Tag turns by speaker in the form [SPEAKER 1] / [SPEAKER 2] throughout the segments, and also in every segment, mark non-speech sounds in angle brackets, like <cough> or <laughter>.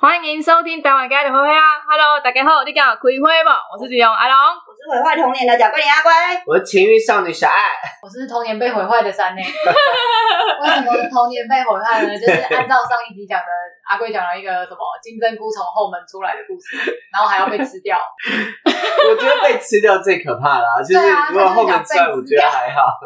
[SPEAKER 1] 欢迎收听台湾家的灰灰啊！Hello，大家好，你好，开会不？我是李荣阿龙，
[SPEAKER 2] 我是毁坏童年的贾桂林阿乖，
[SPEAKER 3] <laughs> 我是情欲少女
[SPEAKER 2] <laughs>
[SPEAKER 3] 小爱，
[SPEAKER 4] 我是童年被毁坏的三呢。为什么童年被毁坏呢？就是按照上一集讲的，阿贵讲了一个什么金针菇从后门出来的故事，然后还要被吃掉。 <laughs>
[SPEAKER 3] 我觉得被吃掉最可怕啦，就是
[SPEAKER 4] 对啊
[SPEAKER 3] 如果后面吃完，
[SPEAKER 4] 他
[SPEAKER 3] 我
[SPEAKER 4] 就
[SPEAKER 3] 觉
[SPEAKER 4] 是想被吃
[SPEAKER 3] 得还好。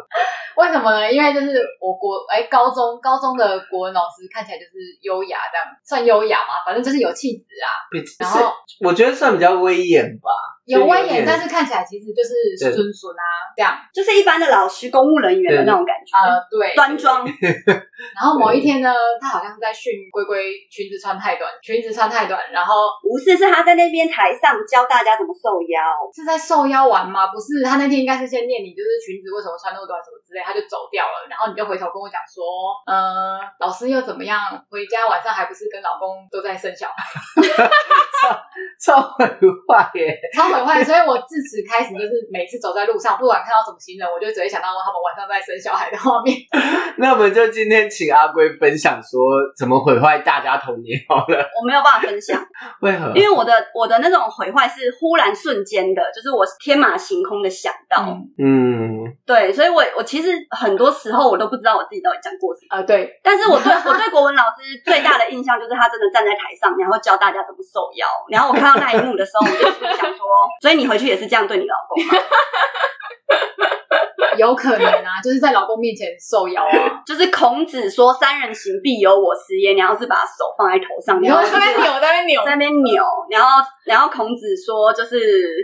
[SPEAKER 4] 为什么呢？因为就是我国哎、高中高中的国文老师看起来就是优雅这样，算优雅嘛，反正就是有气质啊，
[SPEAKER 3] 被是
[SPEAKER 4] 然后
[SPEAKER 3] 我觉得算比较威严吧，
[SPEAKER 4] 有
[SPEAKER 3] 就有
[SPEAKER 4] 威
[SPEAKER 3] 点
[SPEAKER 4] 严，但是看起来其实就是
[SPEAKER 3] 对
[SPEAKER 4] 孙孙啊这样。
[SPEAKER 2] 就是一般的老师、公务人员的那种感觉，
[SPEAKER 4] 呃，对，
[SPEAKER 2] 端庄。
[SPEAKER 4] 然后某一天呢，他好像是在训龟龟裙子穿太短，裙子穿太短，然后
[SPEAKER 2] 不是，是他在那边台上教大家怎么受邀。
[SPEAKER 4] 是在受邀玩吗？不是，他那天应该是先念你，就是裙子为什么穿那么短什么之类，他就走掉了。然后你就回头跟我讲说，呃，老师又怎么样？回家晚上还不是跟老公都在生小孩， <laughs>
[SPEAKER 3] 超毁坏耶！ <laughs>
[SPEAKER 4] 超毁坏。所以我自此开始就是每次走在路上，不管看到什么行人，我就只会想到他们晚上在生小孩的画面。
[SPEAKER 3] 那我们就今天请阿龟分享说怎么毁坏大家童年好了，
[SPEAKER 2] 我没有办法分享，
[SPEAKER 3] 为何
[SPEAKER 4] 嗯
[SPEAKER 2] 因？为我的我的那种毁坏是忽然瞬间的，就是我天马行空的想到，
[SPEAKER 4] 嗯，
[SPEAKER 3] 嗯，
[SPEAKER 2] 对，所以我我其实很多时候我都不知道我自己到底讲过什么。
[SPEAKER 4] <laughs> 呃，对，
[SPEAKER 2] 但是我
[SPEAKER 4] <laughs>
[SPEAKER 2] 对我对国文老师最大的印象就是他真的站在台上，然后教大家怎么受邀。然后我看到那一幕的时候，我就心里想说，所以你回去也是这样对你老公吗？
[SPEAKER 4] 有可能啊，就是在老公面前受邀啊，
[SPEAKER 2] 就是孔子说“三人行，必有我师焉”，你要是把手放在头上，
[SPEAKER 1] 你
[SPEAKER 2] 然后
[SPEAKER 1] 说
[SPEAKER 2] 就
[SPEAKER 1] 这
[SPEAKER 2] 是
[SPEAKER 1] 边扭，这边扭，
[SPEAKER 2] 在那边扭，然后然后孔子说就是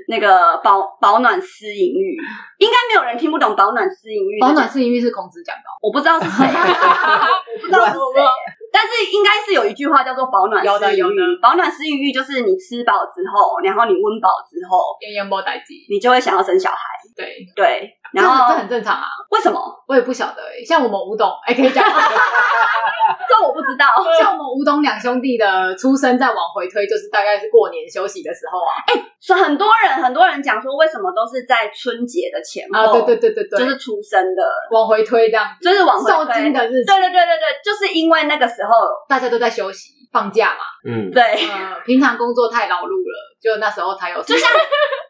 [SPEAKER 2] 那个保保暖思淫欲，应该没有人听不懂保暖思淫欲。
[SPEAKER 4] 保暖，是因为是孔子讲的哦，
[SPEAKER 2] 我不知道是谁，啊
[SPEAKER 4] <laughs>
[SPEAKER 2] 我不知道是谁，但是应该是有一句话叫做保暖
[SPEAKER 4] 有的
[SPEAKER 2] 思淫欲。
[SPEAKER 4] 有的
[SPEAKER 2] 保暖思淫欲就是你吃饱之后，然后你温饱之后，
[SPEAKER 4] 烟烟波代机，
[SPEAKER 2] 你就会想要生小孩。
[SPEAKER 4] 对，
[SPEAKER 2] 对，然后
[SPEAKER 4] 这很这很正常啊，
[SPEAKER 2] 为什么？
[SPEAKER 4] 我也不晓得欸、像我们吴董，哎、可以讲吗。
[SPEAKER 2] 这我不知道。
[SPEAKER 4] <laughs> 像我们吴董两兄弟的出生，再往回推，就是大概是过年休息的时候啊。
[SPEAKER 2] 所以很多人很多人讲说，为什么都是在春节的前后，
[SPEAKER 4] 啊，对对对对对，
[SPEAKER 2] 哦就是出生的，
[SPEAKER 4] 往回推这样子，
[SPEAKER 2] 就是往回
[SPEAKER 4] 受
[SPEAKER 2] 推
[SPEAKER 4] 惊的日子
[SPEAKER 2] 对，对对对对，就是因为那个时候，
[SPEAKER 4] 大家都在休息放假嘛。
[SPEAKER 3] 嗯，
[SPEAKER 2] 对，
[SPEAKER 4] 呃，平常工作太劳碌了，就那时候才有。
[SPEAKER 2] 就像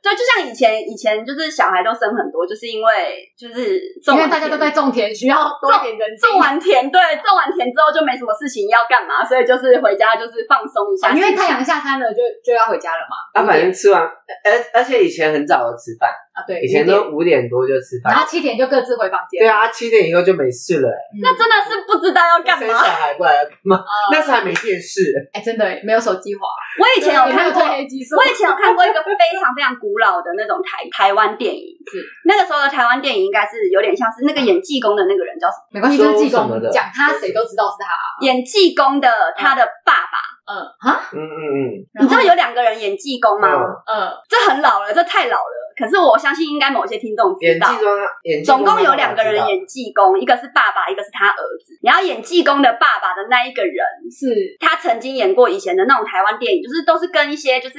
[SPEAKER 2] 对，就像以前以前就是小孩都生很多，就是因为就是种
[SPEAKER 4] 因
[SPEAKER 2] 完
[SPEAKER 4] 为大家都在
[SPEAKER 2] 田
[SPEAKER 4] 种田，需要多一点人啊
[SPEAKER 2] 种
[SPEAKER 4] 气。
[SPEAKER 2] 完田，对，种完田之后就没什么事情要干嘛，所以就是回家就是放松一下，
[SPEAKER 4] 哦因为太阳下山了，就就要回家了嘛。
[SPEAKER 3] 啊，反正吃完，而而且以前很早就吃饭，
[SPEAKER 4] 啊，对，
[SPEAKER 3] 以前
[SPEAKER 4] 五
[SPEAKER 3] 都
[SPEAKER 4] 点
[SPEAKER 3] 五点多就吃饭，
[SPEAKER 4] 然后七点就各自回房间。嗯
[SPEAKER 3] 对啊，七点以后就没事了欸。
[SPEAKER 2] 那真的是不知道要干
[SPEAKER 3] 生
[SPEAKER 2] 嘛哦
[SPEAKER 3] 小。孩不然要干嘛？
[SPEAKER 4] 啊
[SPEAKER 3] 那时候还没电视，
[SPEAKER 4] 哎，真的欸没有手机滑，
[SPEAKER 2] 我以前有
[SPEAKER 4] 也没
[SPEAKER 2] 看
[SPEAKER 4] 有
[SPEAKER 2] 过
[SPEAKER 4] 褪，黑激素
[SPEAKER 2] 我。以前有看过一个非常非常古老的那种台台湾电影
[SPEAKER 4] 是，
[SPEAKER 2] 那个时候的台湾电影应该是有点像是那个演济公的那个人叫什么？
[SPEAKER 4] 没关系，就是济
[SPEAKER 3] 说什么
[SPEAKER 4] 公
[SPEAKER 3] 的
[SPEAKER 4] 讲他，谁都知道是他啊。
[SPEAKER 2] 演济公的他的爸爸，
[SPEAKER 4] 嗯啊，
[SPEAKER 3] 嗯嗯
[SPEAKER 2] 你知道
[SPEAKER 4] 然后
[SPEAKER 2] 有两个人演济公
[SPEAKER 3] 嗯，
[SPEAKER 2] 吗？
[SPEAKER 3] 嗯
[SPEAKER 4] 呃，
[SPEAKER 2] 这很老了，这太老了。可是我相信应该某些听众知
[SPEAKER 3] 演技
[SPEAKER 2] 道。
[SPEAKER 3] 中啊演技中
[SPEAKER 2] 总共有两个人
[SPEAKER 3] 我知道
[SPEAKER 2] 演济公，一个是爸爸，一个是他儿子。然后演济公的爸爸的那一个人，
[SPEAKER 4] 是
[SPEAKER 2] 他曾经演过以前的那种台湾电影，就是都是跟一些就是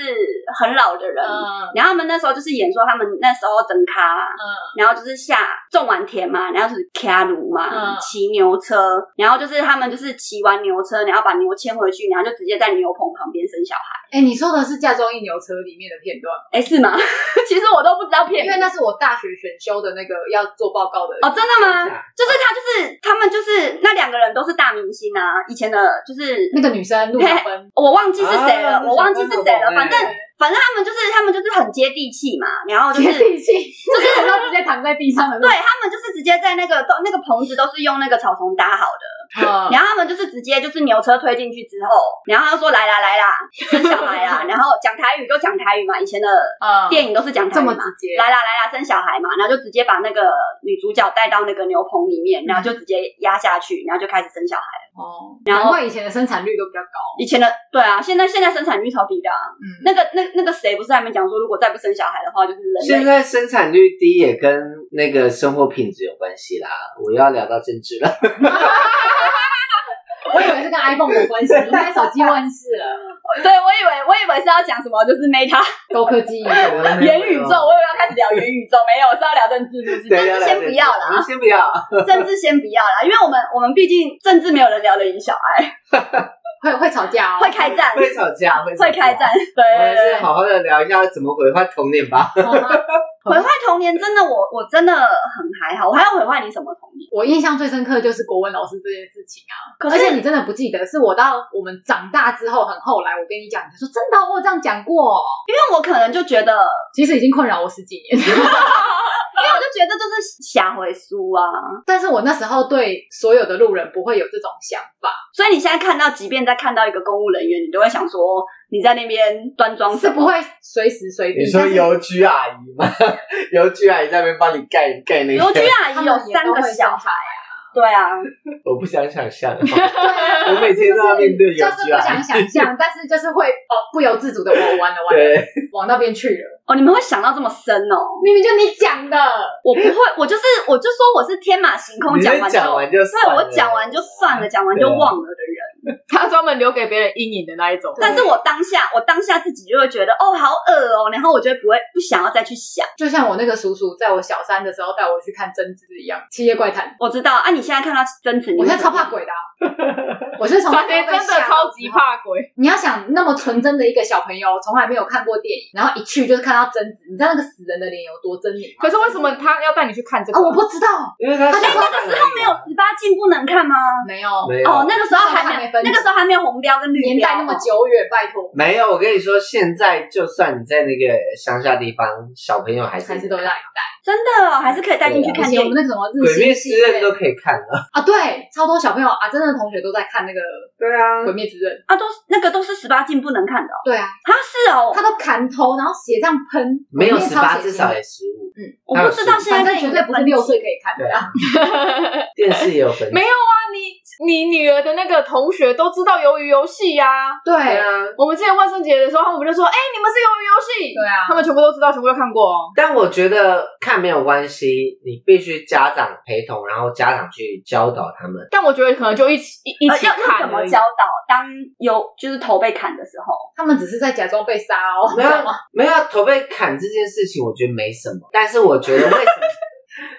[SPEAKER 2] 很老的人，
[SPEAKER 4] 嗯
[SPEAKER 2] 然后他们那时候就是演说他们那时候整咖，
[SPEAKER 4] 嗯。
[SPEAKER 2] 然后就是下种完田嘛，然后就是骑驴嘛，
[SPEAKER 4] 嗯
[SPEAKER 2] 骑、牛车，然后就是他们就是骑完牛车，然后把牛牵回去，然后就直接在牛棚旁边生小孩。
[SPEAKER 4] 哎、你说的是《嫁妆一牛车》里面的片段吗，
[SPEAKER 2] 哎，是吗？ <laughs> 其实我都不知道片
[SPEAKER 4] 因为那是我大学选修的那个要做报告的
[SPEAKER 2] 哦，真的吗？
[SPEAKER 3] 假
[SPEAKER 2] 就是他，就是他们，就是那两个人都是大明星啊。以前的，就是
[SPEAKER 4] 那个女生陆小芬，
[SPEAKER 2] 我忘记是谁了，
[SPEAKER 3] 啊
[SPEAKER 2] 我忘记是谁了。
[SPEAKER 3] 那
[SPEAKER 2] 反
[SPEAKER 3] 个
[SPEAKER 2] 正
[SPEAKER 3] 小
[SPEAKER 2] 反正他们就是他们就是很接地气嘛，然后 <laughs> <laughs> 就是
[SPEAKER 4] 接地气，就是要直接躺在地上的
[SPEAKER 2] 对
[SPEAKER 4] 那种。
[SPEAKER 2] 他们就是直接在那个那个棚子都是用那个草丛搭好的。
[SPEAKER 4] 嗯，
[SPEAKER 2] 然后他们就是直接就是牛车推进去之后，然后他就说来啦来啦，生小孩啦，然后讲台语就讲台语嘛，以前的
[SPEAKER 4] 嗯
[SPEAKER 2] 电影都是讲台
[SPEAKER 4] 这
[SPEAKER 2] 语
[SPEAKER 4] 么
[SPEAKER 2] 嘛
[SPEAKER 4] 直。接，
[SPEAKER 2] 来啦来啦，生小孩嘛，然后就直接把那个女主角带到那个牛棚里面，然后就直接压下去，然后就开始生小孩。
[SPEAKER 4] 哦，
[SPEAKER 2] 然后
[SPEAKER 4] 难怪以前的生产率都比较高。
[SPEAKER 2] 以前的对啊，现在现在生产率超低的、啊。
[SPEAKER 4] 嗯，
[SPEAKER 2] 那个那那个谁不是还没讲说，如果再不生小孩的话，就是人
[SPEAKER 3] <laughs> 现
[SPEAKER 2] 类。
[SPEAKER 3] 在生产率低也跟那个生活品质有关系啦。我又要聊到政治了， <laughs>
[SPEAKER 4] 我以为是跟 iPhone 有关系，应该手机问世了，
[SPEAKER 2] 对我以为我以为是要讲什么，就是 Meta
[SPEAKER 4] 高科技。
[SPEAKER 2] 元宇宙，我以为要开始聊元宇宙，没有是要聊政治，是不是？
[SPEAKER 3] 对，
[SPEAKER 2] 政
[SPEAKER 3] 要
[SPEAKER 2] 治
[SPEAKER 3] 啊聊
[SPEAKER 2] 先
[SPEAKER 3] 政
[SPEAKER 2] 不
[SPEAKER 3] 治
[SPEAKER 2] 要啦
[SPEAKER 3] 我，们先不要。
[SPEAKER 2] 政治先不要啦，因为我们我们毕竟政治没有人聊得赢小爱，
[SPEAKER 4] 会会吵架哦，
[SPEAKER 2] 会开战，
[SPEAKER 3] 会吵架，会吵架
[SPEAKER 2] 会开战。
[SPEAKER 3] 我们
[SPEAKER 2] 对
[SPEAKER 3] 还是
[SPEAKER 4] 对
[SPEAKER 3] 好好的聊一下怎么毁坏童年 <laughs> 吧。
[SPEAKER 4] 哦
[SPEAKER 2] 毁坏童年真的我我真的很还好，我还要毁坏你什么童年？
[SPEAKER 4] 我印象最深刻就是国文老师这件事情啊，
[SPEAKER 2] 可
[SPEAKER 4] 而且
[SPEAKER 2] 是
[SPEAKER 4] 你真的不记得，是我到我们长大之后很后来，我跟你讲，你说真的我有这样讲过哦，
[SPEAKER 2] 那我可能就觉得
[SPEAKER 4] 其实已经困扰我十几年。
[SPEAKER 1] <laughs>
[SPEAKER 2] 因为我就觉得这就是瞎回书啊，
[SPEAKER 4] 但是我那时候对所有的路人不会有这种想法，
[SPEAKER 2] 所以你现在看到，即便在看到一个公务人员，你都会想说你在那边端
[SPEAKER 1] 嗯
[SPEAKER 2] 庄什
[SPEAKER 4] 是
[SPEAKER 2] 么
[SPEAKER 4] 不会随时随地。
[SPEAKER 3] 你说
[SPEAKER 4] 但是
[SPEAKER 3] 邮局阿姨吗？ <laughs> 邮局阿姨在那边帮你盖盖那个，
[SPEAKER 2] 邮局阿
[SPEAKER 4] 他
[SPEAKER 2] 姨
[SPEAKER 4] 们
[SPEAKER 2] 有
[SPEAKER 4] 也
[SPEAKER 2] 三
[SPEAKER 4] 都
[SPEAKER 2] 个
[SPEAKER 4] 会
[SPEAKER 2] 小
[SPEAKER 4] 生
[SPEAKER 2] 孩，
[SPEAKER 4] 孩，
[SPEAKER 2] 对啊，
[SPEAKER 3] 我不想想 <laughs> 象，
[SPEAKER 4] 对啊
[SPEAKER 3] 我每天都要面对啊
[SPEAKER 4] 就
[SPEAKER 3] 邮
[SPEAKER 4] 是
[SPEAKER 3] 局
[SPEAKER 4] 不
[SPEAKER 3] 阿
[SPEAKER 4] 想
[SPEAKER 3] 姨。
[SPEAKER 4] 想象，但是就是会哦，不由自主的我完了完了，
[SPEAKER 3] 对，
[SPEAKER 4] 往那边去了。
[SPEAKER 2] 哦，你们会想到这么深哦？
[SPEAKER 4] 明明就你讲的，
[SPEAKER 2] 我不会，我就是我就说我是天马行空，
[SPEAKER 3] 你
[SPEAKER 2] 讲
[SPEAKER 3] 是
[SPEAKER 2] 完就
[SPEAKER 3] 讲完就
[SPEAKER 2] 对
[SPEAKER 3] 算了，
[SPEAKER 2] 我讲完就算了，讲完就
[SPEAKER 3] 对啊
[SPEAKER 2] 忘了的人。
[SPEAKER 1] 他专门留给别人阴影的那一种。
[SPEAKER 4] 对
[SPEAKER 2] 但是我当下，我当下自己就会觉得哦，好恶哦，然后我就会不会不想要再去想。
[SPEAKER 4] 就像我那个叔叔在我小三的时候带我去看贞子一样，《七夜怪谈
[SPEAKER 2] 我知道啊，你现在看到真子，》，你
[SPEAKER 4] 我
[SPEAKER 2] 会
[SPEAKER 4] 现在超
[SPEAKER 2] 怎么
[SPEAKER 4] 怕
[SPEAKER 2] 样
[SPEAKER 4] 鬼的、啊，啊我是从
[SPEAKER 1] 小 <laughs> 杰真的超级。怕鬼，
[SPEAKER 4] 你要想那么纯真的一个小朋友，从来没有看过电影，然后一去就是看到贞子，你知道那个死人的脸有多狰狞吗？
[SPEAKER 1] 可是为什么他要带你去看这个？
[SPEAKER 4] 啊，我不知道，
[SPEAKER 3] 因为他想
[SPEAKER 2] 那个时候没有十八禁不能看吗？
[SPEAKER 4] 没有，
[SPEAKER 3] 没
[SPEAKER 2] 哦，
[SPEAKER 3] 有
[SPEAKER 2] 那个时候还
[SPEAKER 4] 那时候还
[SPEAKER 2] 没
[SPEAKER 4] 没分
[SPEAKER 2] 那个时候还没有红标跟绿标，
[SPEAKER 4] 年代那么久远，拜托，
[SPEAKER 3] 没有，我跟你说，现在就算你在那个乡下地方，小朋友还是
[SPEAKER 4] 还是都在带。
[SPEAKER 2] 真的哦还是可以带进去
[SPEAKER 3] 啊
[SPEAKER 4] 以
[SPEAKER 2] 看
[SPEAKER 4] 前
[SPEAKER 2] 电
[SPEAKER 4] 我
[SPEAKER 2] 影
[SPEAKER 4] 们。那个什么
[SPEAKER 3] 《
[SPEAKER 4] 日
[SPEAKER 3] 鬼灭之
[SPEAKER 4] 新系
[SPEAKER 3] 刃》
[SPEAKER 4] 列
[SPEAKER 3] 都可以看了。
[SPEAKER 4] 啊，对，超多小朋友啊，真正的同学都在看那个
[SPEAKER 3] 对啊
[SPEAKER 4] 《鬼灭之刃》。
[SPEAKER 2] 啊，都是那个都是十八禁不能看的、哦。
[SPEAKER 4] 对啊，
[SPEAKER 2] 他是哦，
[SPEAKER 4] 他都砍头，然后血这样喷，
[SPEAKER 3] 没有
[SPEAKER 4] 鬼灭
[SPEAKER 3] 十
[SPEAKER 4] 超
[SPEAKER 3] 八，
[SPEAKER 4] 血腥
[SPEAKER 3] 至少也欸十五。
[SPEAKER 2] 我不知道现在
[SPEAKER 4] 反正
[SPEAKER 2] 跟
[SPEAKER 4] 绝对不是六岁可以看的啊。
[SPEAKER 3] 电视也有分。
[SPEAKER 1] 没有啊，你你女儿的那个同学都知道鱿鱼游戏呀。
[SPEAKER 4] 对
[SPEAKER 3] 对啊，
[SPEAKER 1] 我们之前万圣节的时候，他们不就说，哎，你们是鱿鱼游戏？
[SPEAKER 4] 对啊
[SPEAKER 1] 他，们全部都知道，全部都看过哦。
[SPEAKER 3] 但我觉得看没有关系，你必须家长陪同，然后家长去教导他们。
[SPEAKER 1] 但我觉得可能就一起一一
[SPEAKER 2] 呃
[SPEAKER 1] 起
[SPEAKER 2] 要要怎
[SPEAKER 1] 看
[SPEAKER 2] 么
[SPEAKER 1] 而已。
[SPEAKER 2] 教导？当有就是头被砍的时候，
[SPEAKER 4] 他们只是在假装被杀哦，
[SPEAKER 3] 没
[SPEAKER 4] 你
[SPEAKER 3] 有啊
[SPEAKER 4] 知道吗？
[SPEAKER 3] 没有头被砍这件事情，我觉得没什么。但是我觉得为什
[SPEAKER 4] <laughs>
[SPEAKER 3] 么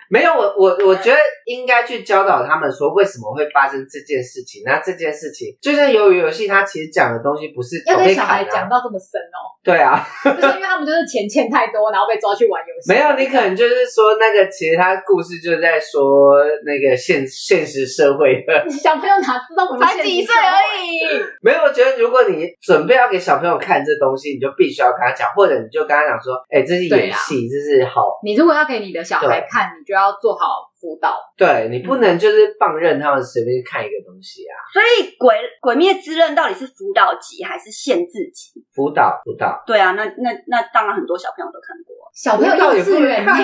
[SPEAKER 3] 没有我我我觉得应该去教导他们说为什么会发生这件事情。那这件事情就像鱿鱼游戏，它其实讲的东西不是
[SPEAKER 4] 要
[SPEAKER 3] 头
[SPEAKER 4] 跟
[SPEAKER 3] 被
[SPEAKER 4] 小
[SPEAKER 3] 砍
[SPEAKER 4] 孩讲
[SPEAKER 3] 啊，
[SPEAKER 4] 到这么深哦，
[SPEAKER 3] 对啊。
[SPEAKER 4] <laughs> 就是因为他们就是钱欠太多，然后被抓去玩游戏。
[SPEAKER 3] 没有，你可能就是说那个，其实他故事就在说那个现现实社会的。 <laughs>
[SPEAKER 4] 小朋友哪知道我们
[SPEAKER 1] 才几岁而已，
[SPEAKER 3] 没有，我觉得如果你准备要给小朋友看这东西，你就必须要跟他讲，或者你就跟他讲说，哎、这是
[SPEAKER 4] 对
[SPEAKER 3] 演
[SPEAKER 4] 啊
[SPEAKER 3] 戏，这是好，
[SPEAKER 4] 你如果要给你的小孩看，你就要做好辅导。
[SPEAKER 3] 对你不能就是放任他们随便看一个东西啊。
[SPEAKER 2] 所以《鬼鬼灭之刃》到底是辅导级还是限制级？
[SPEAKER 3] 辅导辅导，
[SPEAKER 2] 对啊，那那那当然很多小朋友都看
[SPEAKER 4] <laughs>
[SPEAKER 2] 过。哎
[SPEAKER 4] 小朋友
[SPEAKER 3] 辅导
[SPEAKER 4] 幼
[SPEAKER 3] 也不
[SPEAKER 4] 稚
[SPEAKER 3] 能
[SPEAKER 4] 园呢
[SPEAKER 3] 看，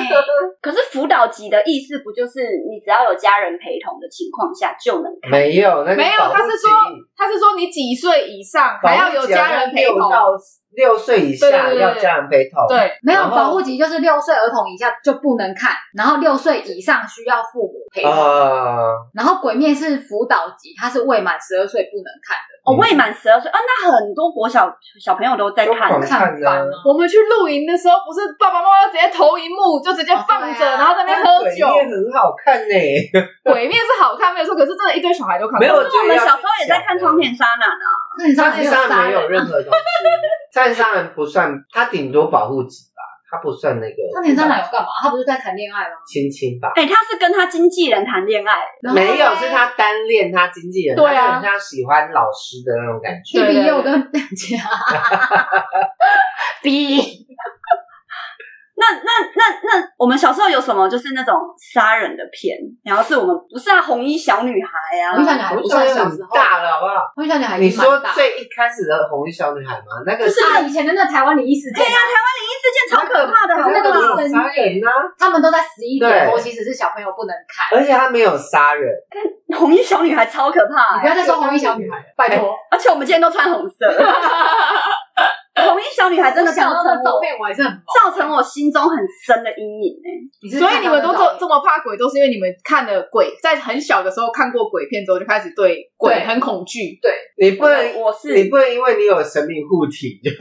[SPEAKER 2] 可是辅导级的意思不就是你只要有家人陪同的情况下就能看？
[SPEAKER 3] 没有，那个
[SPEAKER 1] 没有
[SPEAKER 3] 保护
[SPEAKER 1] 他是
[SPEAKER 3] 级
[SPEAKER 1] 说他是说你几岁以上还要有家人陪
[SPEAKER 3] 保护级好
[SPEAKER 1] 同
[SPEAKER 3] 像。六到六岁以
[SPEAKER 1] 对
[SPEAKER 3] 下
[SPEAKER 1] 对对对
[SPEAKER 3] 要家人陪同，
[SPEAKER 1] 对，
[SPEAKER 4] 没有
[SPEAKER 3] 然后
[SPEAKER 4] 保护级，就是六岁儿童以下就不能看，然后六岁以上需要父母陪同。
[SPEAKER 3] 啊，
[SPEAKER 4] 然后鬼灭是辅导级，它是未满十二岁不能看的，
[SPEAKER 2] 哦，未满十二岁啊，那很多国小小朋友都在
[SPEAKER 3] 都
[SPEAKER 2] 看
[SPEAKER 3] 狂
[SPEAKER 2] 啊。
[SPEAKER 3] 看
[SPEAKER 4] 看烦
[SPEAKER 3] 呢。
[SPEAKER 4] 了。
[SPEAKER 1] 我们去露营的时候，不是爸爸妈妈直接投一幕，就直接放着，
[SPEAKER 4] 哦对啊
[SPEAKER 1] 然后在那边喝酒。
[SPEAKER 3] 鬼灭很好看呢、
[SPEAKER 1] 鬼面是好看没有错，可是真的一堆小孩都看过。
[SPEAKER 3] 没有，
[SPEAKER 2] 我们小时候也在看《窗帘沙男》啊，
[SPEAKER 4] 那你上
[SPEAKER 3] 苍井
[SPEAKER 4] 次有
[SPEAKER 3] 杀人
[SPEAKER 4] 杀
[SPEAKER 3] 没有
[SPEAKER 4] 人，
[SPEAKER 3] 任何东西，苍井杀人不算，他顶多保护级吧，他不算那个。
[SPEAKER 4] 上田三郎有干嘛？他不是在谈恋爱吗？
[SPEAKER 3] 亲亲吧？
[SPEAKER 2] 哎、他是跟他经纪人谈恋爱，
[SPEAKER 4] 然后
[SPEAKER 3] 没有，
[SPEAKER 4] 嘞
[SPEAKER 3] 是他单恋他经纪人，
[SPEAKER 1] 对啊
[SPEAKER 3] 他很像喜欢老师的那种感觉。
[SPEAKER 4] T
[SPEAKER 1] 对对
[SPEAKER 4] B
[SPEAKER 1] 对
[SPEAKER 4] 又跟 B
[SPEAKER 2] 那那那那，我们小时候有什么就是那种杀人的片？然后是我们不是啊，红衣小女孩啊，
[SPEAKER 4] 红衣小女哎孩不
[SPEAKER 3] 算
[SPEAKER 4] 算
[SPEAKER 3] 是
[SPEAKER 4] 小时
[SPEAKER 3] 很
[SPEAKER 4] 候，
[SPEAKER 3] 大了，好不好？
[SPEAKER 4] 我想想还
[SPEAKER 3] 你
[SPEAKER 4] 是蛮
[SPEAKER 3] 说
[SPEAKER 4] 大。
[SPEAKER 3] 最一开始的红衣小女孩吗？那个
[SPEAKER 4] 就是他以前的那台湾灵异事件啊，
[SPEAKER 2] 这件超可怕的，好
[SPEAKER 3] 那
[SPEAKER 2] 不
[SPEAKER 3] 个
[SPEAKER 2] 好？
[SPEAKER 3] 没有杀人呐、
[SPEAKER 4] 他们都在十一点
[SPEAKER 3] 对
[SPEAKER 4] 后，其实是小朋友不能看。
[SPEAKER 3] 而且他没有杀人，
[SPEAKER 2] 红衣小女孩超可怕、
[SPEAKER 4] 你不
[SPEAKER 2] 欸，
[SPEAKER 4] 要再说红衣小女孩了，拜托。
[SPEAKER 2] 而且我们今天都穿红
[SPEAKER 4] <laughs>
[SPEAKER 2] 色。红衣小女孩哎真的
[SPEAKER 4] 我想
[SPEAKER 2] 造
[SPEAKER 4] 到
[SPEAKER 2] 成
[SPEAKER 4] 那照
[SPEAKER 2] 我
[SPEAKER 4] 片，我还是很毛
[SPEAKER 2] 造成我心中很深的阴影哎、
[SPEAKER 4] 你是
[SPEAKER 1] 所以你们都
[SPEAKER 4] 看到那
[SPEAKER 1] 这
[SPEAKER 4] 照
[SPEAKER 1] 这么怕鬼，都是因为你们看了鬼，在很小的时候看过鬼片之后，就开始对鬼
[SPEAKER 4] 对
[SPEAKER 1] 很恐惧。
[SPEAKER 3] 你不能，
[SPEAKER 2] 我我
[SPEAKER 3] 你
[SPEAKER 2] 是
[SPEAKER 3] 不能因为你有神明护体，就